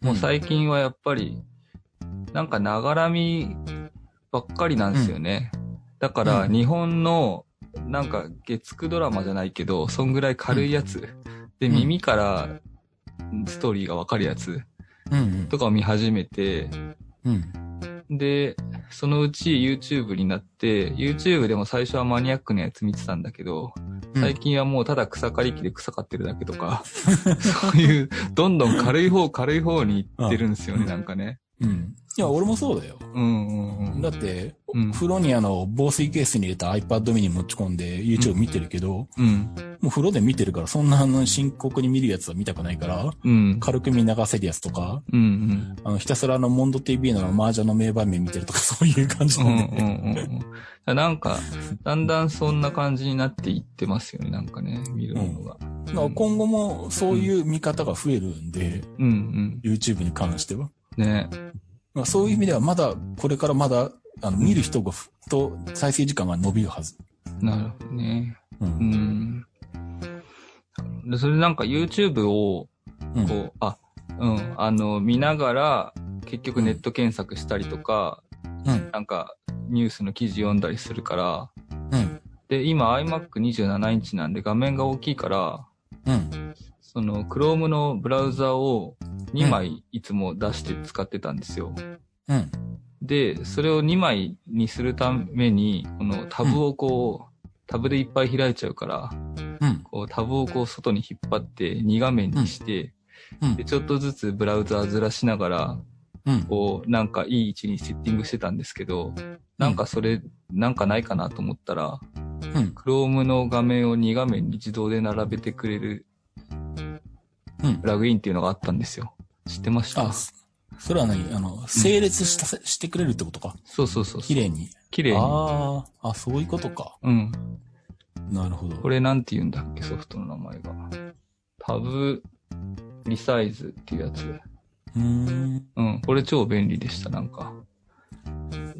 S2: もう最近はやっぱり、なんかながらみばっかりなんですよね。だから
S1: うん
S2: 日本の、なんか月9ドラマじゃないけど、そんぐらい軽いやつ。で、
S1: うん
S2: 耳からストーリーがわかるやつ
S1: うん
S2: とかを見始めて、
S1: うんうん
S2: で、そのうち YouTube になって、YouTube でも最初はマニアックなやつ見てたんだけど、
S1: うん
S2: 最近はもうただ草刈り機で草刈ってるだけとか、そういう、どんどん軽い方軽い方に行ってるんですよね、
S1: うん
S2: なんかね。
S1: うん。いや、俺もそうだよ。
S2: うんうん
S1: だって、
S2: うん
S1: 風呂にあの、防水ケースに入れた iPad mini 持ち込んで YouTube 見てるけど、
S2: うん。
S1: もう風呂で見てるから、そんなあの、深刻に見るやつは見たくないから、
S2: うん。
S1: 軽く見流せるやつとか、
S2: うんうん。
S1: あの、ひたすらあの、モンド TV の麻雀の名場面見てるとか、 そういう感じ
S2: う
S1: なんん
S2: う
S1: で、
S2: んうんうんだ。なんか、だんだんそんな感じになっていってますよね、なんかね、見るものが。
S1: だから今後もそういう見方が増えるんで、
S2: うん、
S1: YouTube に関しては。
S2: うん。ね。
S1: まあ、そういう意味ではまだ、これからまだ、あの、見る人がふ、と再生時間が伸びるはず。
S2: なるほどね。
S1: う。
S2: うんん。でそれなんか YouTube を、
S1: うん
S2: こう、あ、うん、あの、見ながら、結局ネット検索したりとか、
S1: うん
S2: なんか、ニュースの記事読んだりするから、
S1: うん。
S2: で、今 iMac27 インチなんで画面が大きいから、
S1: うん。
S2: その Chrome のブラウザを2枚いつも出して使ってたんですよ。
S1: うん。
S2: で、それを2枚にするために、このタブをこう、タブでいっぱい開いちゃうから、
S1: うん。
S2: こうタブをこう外に引っ張って2画面にして、
S1: うんうん
S2: で、ちょっとずつブラウザずらしながら、
S1: うん。
S2: こう、なんかいい位置にセッティングしてたんですけど、なんかそれ、なんかないかなと思ったら、
S1: うん。
S2: Chrome の画面を2画面に自動で並べてくれる
S1: うん。
S2: プラグインっていうのがあったんですよ。知ってました
S1: あ、そそれは何あの、整列した、してくれるってことか。
S2: そうそうそうそう。
S1: 綺麗に。
S2: 綺麗に。
S1: ああ、あ、そういうことか。
S2: うん。
S1: なるほど。
S2: これなんて言うんだっけ、ソフトの名前が。タブリサイズっていうやつ。
S1: うーん。
S2: うん。これ超便利でした、なんか。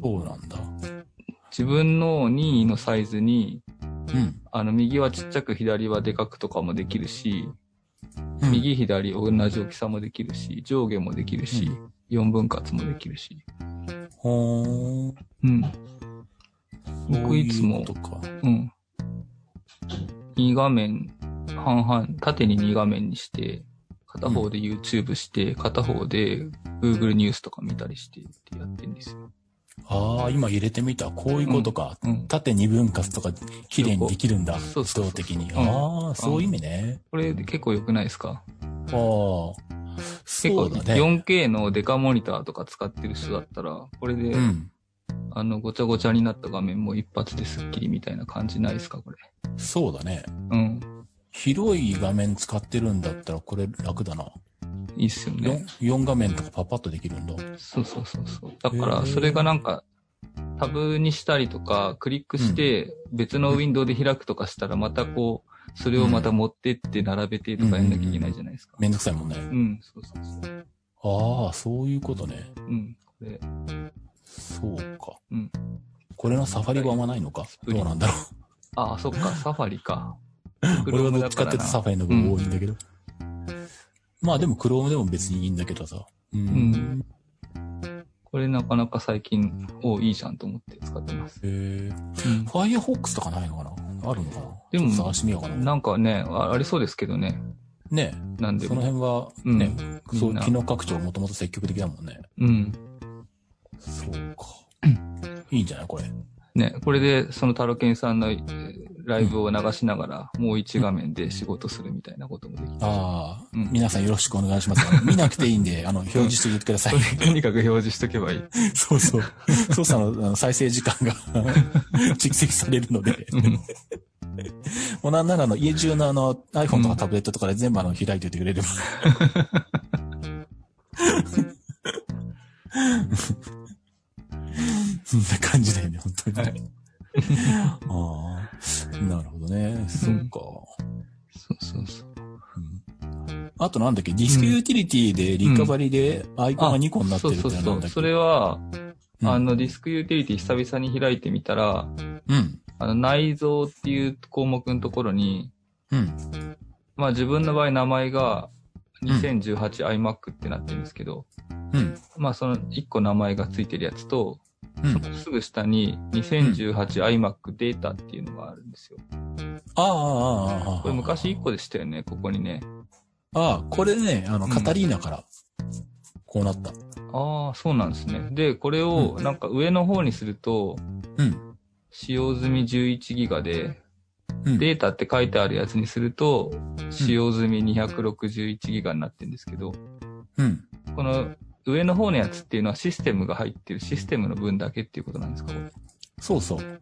S1: そうなんだ。
S2: 自分の任意のサイズに、
S1: うん。
S2: あの、右はちっちゃく、左はでかくとかもできるし、
S1: うん
S2: 右、左同じ大きさもできるし、上下もできるし、
S1: う
S2: 4分割もできるし。
S1: ほーん。
S2: うん。僕いつも
S1: そううことか。
S2: うん。2画面、半々、縦に2画面にして、片方で YouTube して、片方で Google ニュースとか見たりしてってやってんですよ。
S1: ああ、今入れてみた。こういうことか。
S2: うん。
S1: 縦二分割とか綺麗にできるんだ。
S2: そう
S1: 自
S2: そうそう
S1: 動的に。
S2: うん
S1: ああ、そういう意味ね。
S2: これ結構良くないですか
S1: ああ。
S2: 結構
S1: そうだね。
S2: 4K のデカモニターとか使ってる人だったら、これで、
S1: うん。
S2: あの、ごちゃごちゃになった画面も一発ですっきりみたいな感じないですかこれ。
S1: そうだね。
S2: うん。
S1: 広い画面使ってるんだったらこれ楽だな。
S2: いいっすよね。
S1: 4, 四画面とかパパッとできるんだ。
S2: そうそうそうそう。だか
S1: へ
S2: ら、
S1: ー
S2: それがなんか、タブにしたりとか、クリックして、別のウィンドウで開くとかしたら、またこう、それをまた持ってって並べてとかやんなきゃいけないじゃないですか。
S1: めんどくさいもんね。
S2: うん、そうそうそう。
S1: ああ、そういうことね。
S2: うん、これ。
S1: そうか。
S2: うん
S1: これのサファリ版はないのか
S2: プリ
S1: どうなんだろう。
S2: ああ、そっか、サファリか。
S1: 俺はどっちかっていうとサ
S2: ファ
S1: ファリの方が多いんだけど。まあでも Chrome でも別にいいんだけどさ。う
S2: リ。うん。これなかなか最近、おいいじゃんと思って使ってます。
S1: え
S2: うん
S1: ー、Firefox とかないのかなあるのかな
S2: で
S1: ち
S2: も
S1: ょっと探してみよう かな。
S2: なんかね、あありそうですけどね。
S1: ね
S2: なんで
S1: その
S2: も。
S1: 辺はね、
S2: うん
S1: そういう
S2: みんな
S1: 機能拡張もともと積極的だもんね。
S2: うん。
S1: そうか。いいんじゃないこれ。
S2: ね、これでそのタロケンさんのえーライブを流しながら、もう一画面で仕事するみたいなこともできた。
S1: ああ、
S2: うん
S1: 皆さんよろしくお願いします。見なくていいんで、あの、表示しておいてく ださい。
S2: とにかく表示しとけばいい。
S1: そう そう。操作のあの再生時間が 蓄積されるので、
S2: うん
S1: もうなんならあの家中のあの iPhone とかタブレットとかで全部あの開いておいてく れれば。そんな感じだよね、本当に。
S2: はい
S1: ああ、なるほどね。そっか。
S2: そうそうそう。
S1: うんあとなんだっけ、ディスクユーティリティでリカバリでアイコンが2個になって
S2: そ
S1: る
S2: う
S1: って
S2: そう
S1: なんだ
S2: そ
S1: っけ
S2: う。それは、
S1: うん
S2: あの、ディスクユーティリティ久々に開いてみたら、
S1: うん。
S2: あの、内蔵っていう項目のところに、
S1: うん。
S2: まあ自分の場合名前が
S1: ん
S2: 2018iMac ってなってるんですけど、
S1: うん。
S2: まあその1個名前がついてるやつと、
S1: うん。
S2: すぐ下に 2018iMac データっていうのがあるんですよ。
S1: ああ、ああ、ああ。
S2: これ昔1個でしたよね、ここにね。
S1: ああ、これね、あの、
S2: うん
S1: カタリーナから、こうなった。
S2: ああ、そうなんですね。で、これを
S1: う
S2: なんか上の方にすると、
S1: うん。
S2: 使用済み11ギガで、
S1: うん、
S2: データって書いてあるやつにすると、使用済み261ギガになってるんですけど、
S1: うん。
S2: この上の方のやつっていうのはシステムが入ってるシステムの分だけっていうことなんですかこれ
S1: そうそう。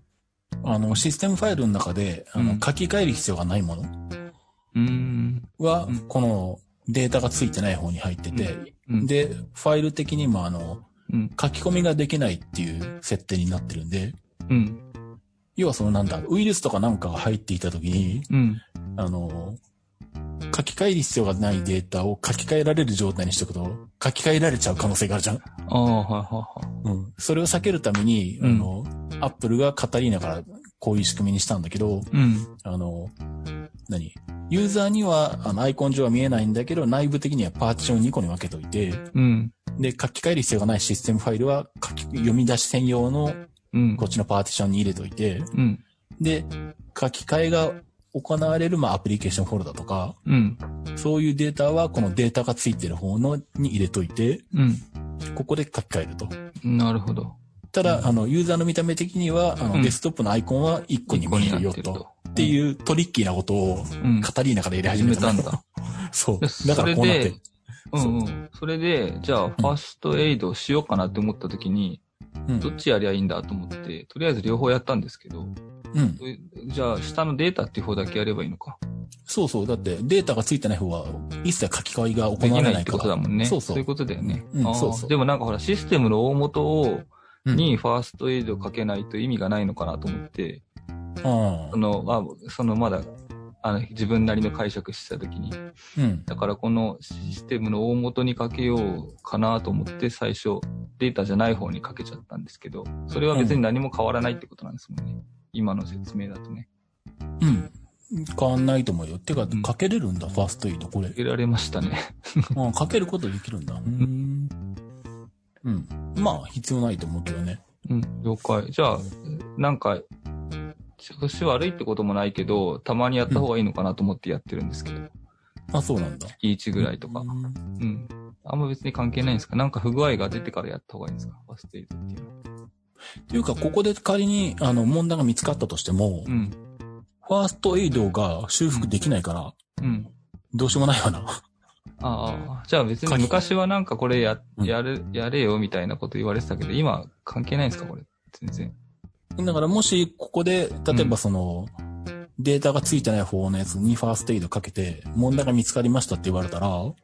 S1: あの、システムファイルの中で、あ
S2: う
S1: の
S2: ん、
S1: 書き換える必要がないもの
S2: うーん。
S1: は
S2: うん、
S1: このデータがついてない方に入ってて、
S2: うん、
S1: で、ファイル的にもあの、
S2: うん。
S1: 書き込みができないっていう設定になってるんで、
S2: うん。
S1: 要はそのなんだ、ウイルスとかなんかが入っていた時に、
S2: うん。
S1: あの、書き換える必要がないデータを書き換えられる状態にしておくと、書き換えられちゃう可能性があるじゃん。
S2: ああ、はいはいはい。
S1: うん。それを避けるために、
S2: うん
S1: あの、アップルがカタリーナからこういう仕組みにしたんだけど、
S2: うん。
S1: あの、何ユーザーには、あの、アイコン上は見えないんだけど、内部的にはパーティション2個に分けといて、
S2: うん。
S1: で、書き換える必要がないシステムファイルは、書き、読み出し専用の、
S2: うん
S1: こ。っちのパーティションに入れといて、
S2: うん。
S1: で、書き換えが行われる、まあ、アプリケーションフォルダとか、
S2: うん。
S1: そういうデータは、このデータがついてる方のに入れといて、
S2: う
S1: ここで書き換えると。
S2: ん。なるほど。
S1: ただ、あの、ユーザーの見た目的には、あ
S2: うん
S1: の、デスクトップのアイコンは1個に見えるよ
S2: 一個にな
S1: と。って
S2: う。
S1: いうトリッキーなことを、
S2: うん。
S1: カタリーナから入れ
S2: 始
S1: 始
S2: め
S1: め
S2: た
S1: た
S2: ん
S1: ん
S2: だ
S1: だ。。 そ。
S2: そう
S1: だからこうなって
S2: れ
S1: る
S2: で。うんうん。それで、じゃあ、ファーストエイドしようかなって思った時に、
S1: うん
S2: どっちやりゃいいんだと思って、とりあえず両方やったんですけど、
S1: うん。
S2: じゃあ、下のデータっていう方だけやればいいのか。
S1: そうそう。だって、データがついてない方は、一切書き換えが行
S2: で
S1: わ
S2: き
S1: れ
S2: な
S1: ない
S2: っ
S1: い
S2: て
S1: か
S2: ことだ
S1: ら。
S2: もんね。
S1: そうそう
S2: いうことだよね。
S1: うん
S2: あー
S1: そうそう
S2: でもなんかほら、システムの大元を、
S1: うん
S2: にファーストエイドかけないと意味がないのかなと思って、
S1: あ
S2: その、まあ、そのまだ、あの、自分なりの解釈してた時に、
S1: あうん。
S2: だからこのシステムの大元にかけようかなと思って最初データじゃない方にかけちゃったんですけど、それは別に何も変わらないってことなんですもんね。今の説明だとね。
S1: うん。変わんないと思うよ。てか
S2: ん、
S1: 書けれるんだ、ファーストエイド、これ
S2: か。けられましたね。
S1: うん、書けることできるんだ。うん。うん。まあ、必要ないと思うけどね。
S2: うん、了解。じゃあ、なんか、調子悪いってこともないけど、たまにやった方がいいのかなと思ってやってるんですけど、
S1: あ、そうなんだ。
S2: 月1ぐらいとか。
S1: うん
S2: うん。あんま別に関係ないんですかなんか不具合が出てからやった方がいいんですかファーストエイドっていうのは。
S1: っていうか、ここで仮に、あの、問題が見つかったとしても、
S2: うん。
S1: ファーストエイドが修復できないから、
S2: うん。
S1: どうしようもないわな。
S2: ああ、じゃあ別に
S1: 鍵
S2: 昔はなんかこれや、
S1: うん
S2: やる、やれよみたいなこと言われてたけど、今関係ないんですかこれ。全然。
S1: だから、もし、ここで、例えばその、データがついてない方のやつにファーストエイドかけて、問題が見つかりましたって言われたら、も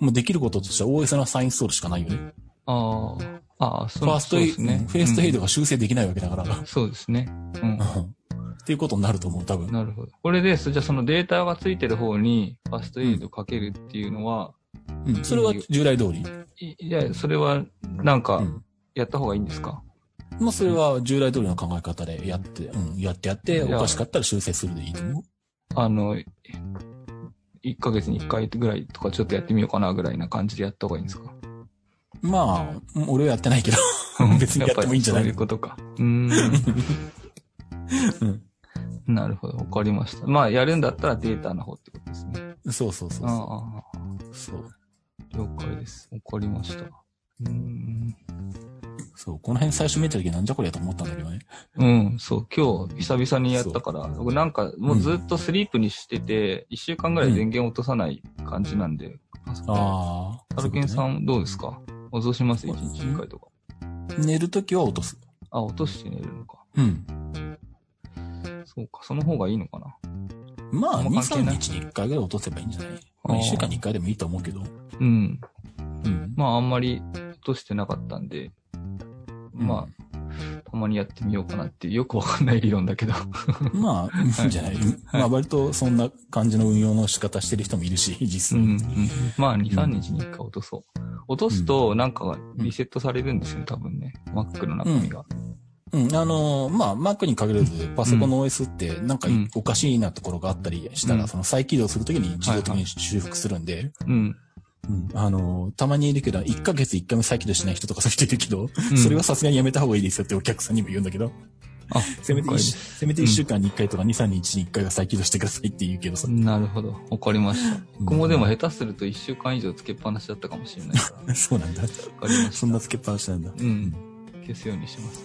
S1: うできることとしては OS の再インストールしかないよね。
S2: ああ、ああ、そ
S1: ファースト
S2: そう
S1: エ
S2: で
S1: イ
S2: す
S1: ド、
S2: ね。
S1: フェーストエイド
S2: うん
S1: が修正できないわけだから、 うん、
S2: そうですね。うん。
S1: っていうことになると思う、多分。
S2: なるほど。これです。じゃあそのデータがついてる方にファーストエイドかけるっていうのは、
S1: うん、それは従来通り。
S2: いいや、それはなん
S1: う
S2: か
S1: ん
S2: やった方がいいんですか、
S1: まあ、それは従来通りの考え方でやって、うん、やってやって、
S2: いや
S1: おかしかったら修正するでいいと思う。
S2: あの、1ヶ月に1回ぐらいとかちょっとやってみようかなぐらいな感じでやった方がいいんですか
S1: まあ、うん俺はやってないけど、 別にやってもいいんじゃない
S2: やっぱりそういうことか。うーん。なるほど。わかりました。まあ、やるんだったらデータの方ってことですね。
S1: そうそうそうそ
S2: ああ、
S1: う。そう。
S2: 了解です。わかりました。うーん。
S1: そう、この辺最初見た時なんじゃこりゃと思ったんだけどね。
S2: うん、そう。今日、久々にやったから、僕なんか、もうずっとスリープにしてて、一、週間ぐらい電源落とさない感じなんで、パソコン
S1: ああ。
S2: タルケンさ
S1: ん。
S2: んどうですか落とします一日一回とか。
S1: 寝るときは落とす。
S2: あ、落として寝るのか。
S1: うん。
S2: そうか、その方がいいのかな。
S1: ま
S2: あ
S1: あ、
S2: ん
S1: 2、
S2: ま関
S1: 3
S2: 係ない
S1: 日に1回ぐらい落とせばいいんじゃない
S2: あ
S1: ま
S2: ー
S1: あ、1週間に1回でもいいと思うけど。
S2: うん。
S1: うん。
S2: まああんまり落としてなかったんで、まあ、たまにやってみようかなっていう、よくわかんない理論だけど。
S1: まあ、いいんじゃない、まあ、割とそんな感じの運用の仕方してる人もいるし、
S2: う
S1: 実
S2: ん、う
S1: 際。
S2: ん。まあ、2、3日に1回落とそう。落とすと、なんかがリセットされるんですよね、多分ね。Mac の中身が。
S1: うん、あのーまあ、Mac に限らず、パソコンの OS って、なんか
S2: うん
S1: おかしいなところがあったりしたら、
S2: うん
S1: その再起動するときに自動的
S2: はいは
S1: に修復するんで、
S2: うん。
S1: うんあのーたまにいるけど、1ヶ月1回も再起動しない人とかそういう人いるけど、
S2: うん
S1: それはさすがにやめた方がいいですよってお客さんにも言うんだけど、
S2: あ、
S1: せめて
S2: 了
S1: 一
S2: 解
S1: 週、せめて1週間に1回とか2、3日に1回は再起動してくださいって言うけどさ。
S2: なるほど。わかりました。僕もでも下手すると1週間以上つけっぱなしだったかもしれないから。わ
S1: そうなんだ。
S2: かりまし
S1: そんなつけっぱなしなんだ。
S2: た。うん。消すようにします。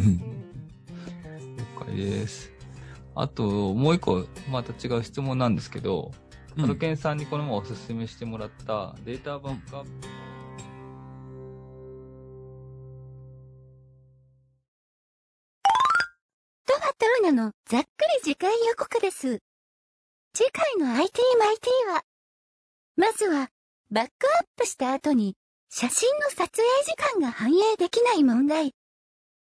S1: うん。
S2: 了解です。あと、もう一個、また違う質問なんですけど、
S1: うん
S2: タロケンさんにこの前おすすめしてもらったデータバックアップ
S3: ニョのざっくり次回予告です。次回の IT マイティは、まずは、バックアップした後に、写真の撮影時間が反映できない問題。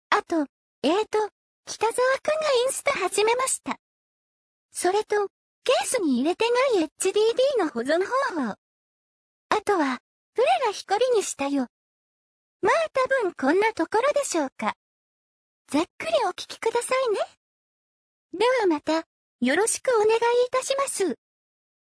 S3: あと、えーと、北沢くんがインスタ始めました。それと、ケースに入れてない HDD の保存方法。あとは、プレが光にしたよ。まあ多分こんなところでしょうか。ざっくりお聞きくださいね。ではまた、よろしくお願いいたします。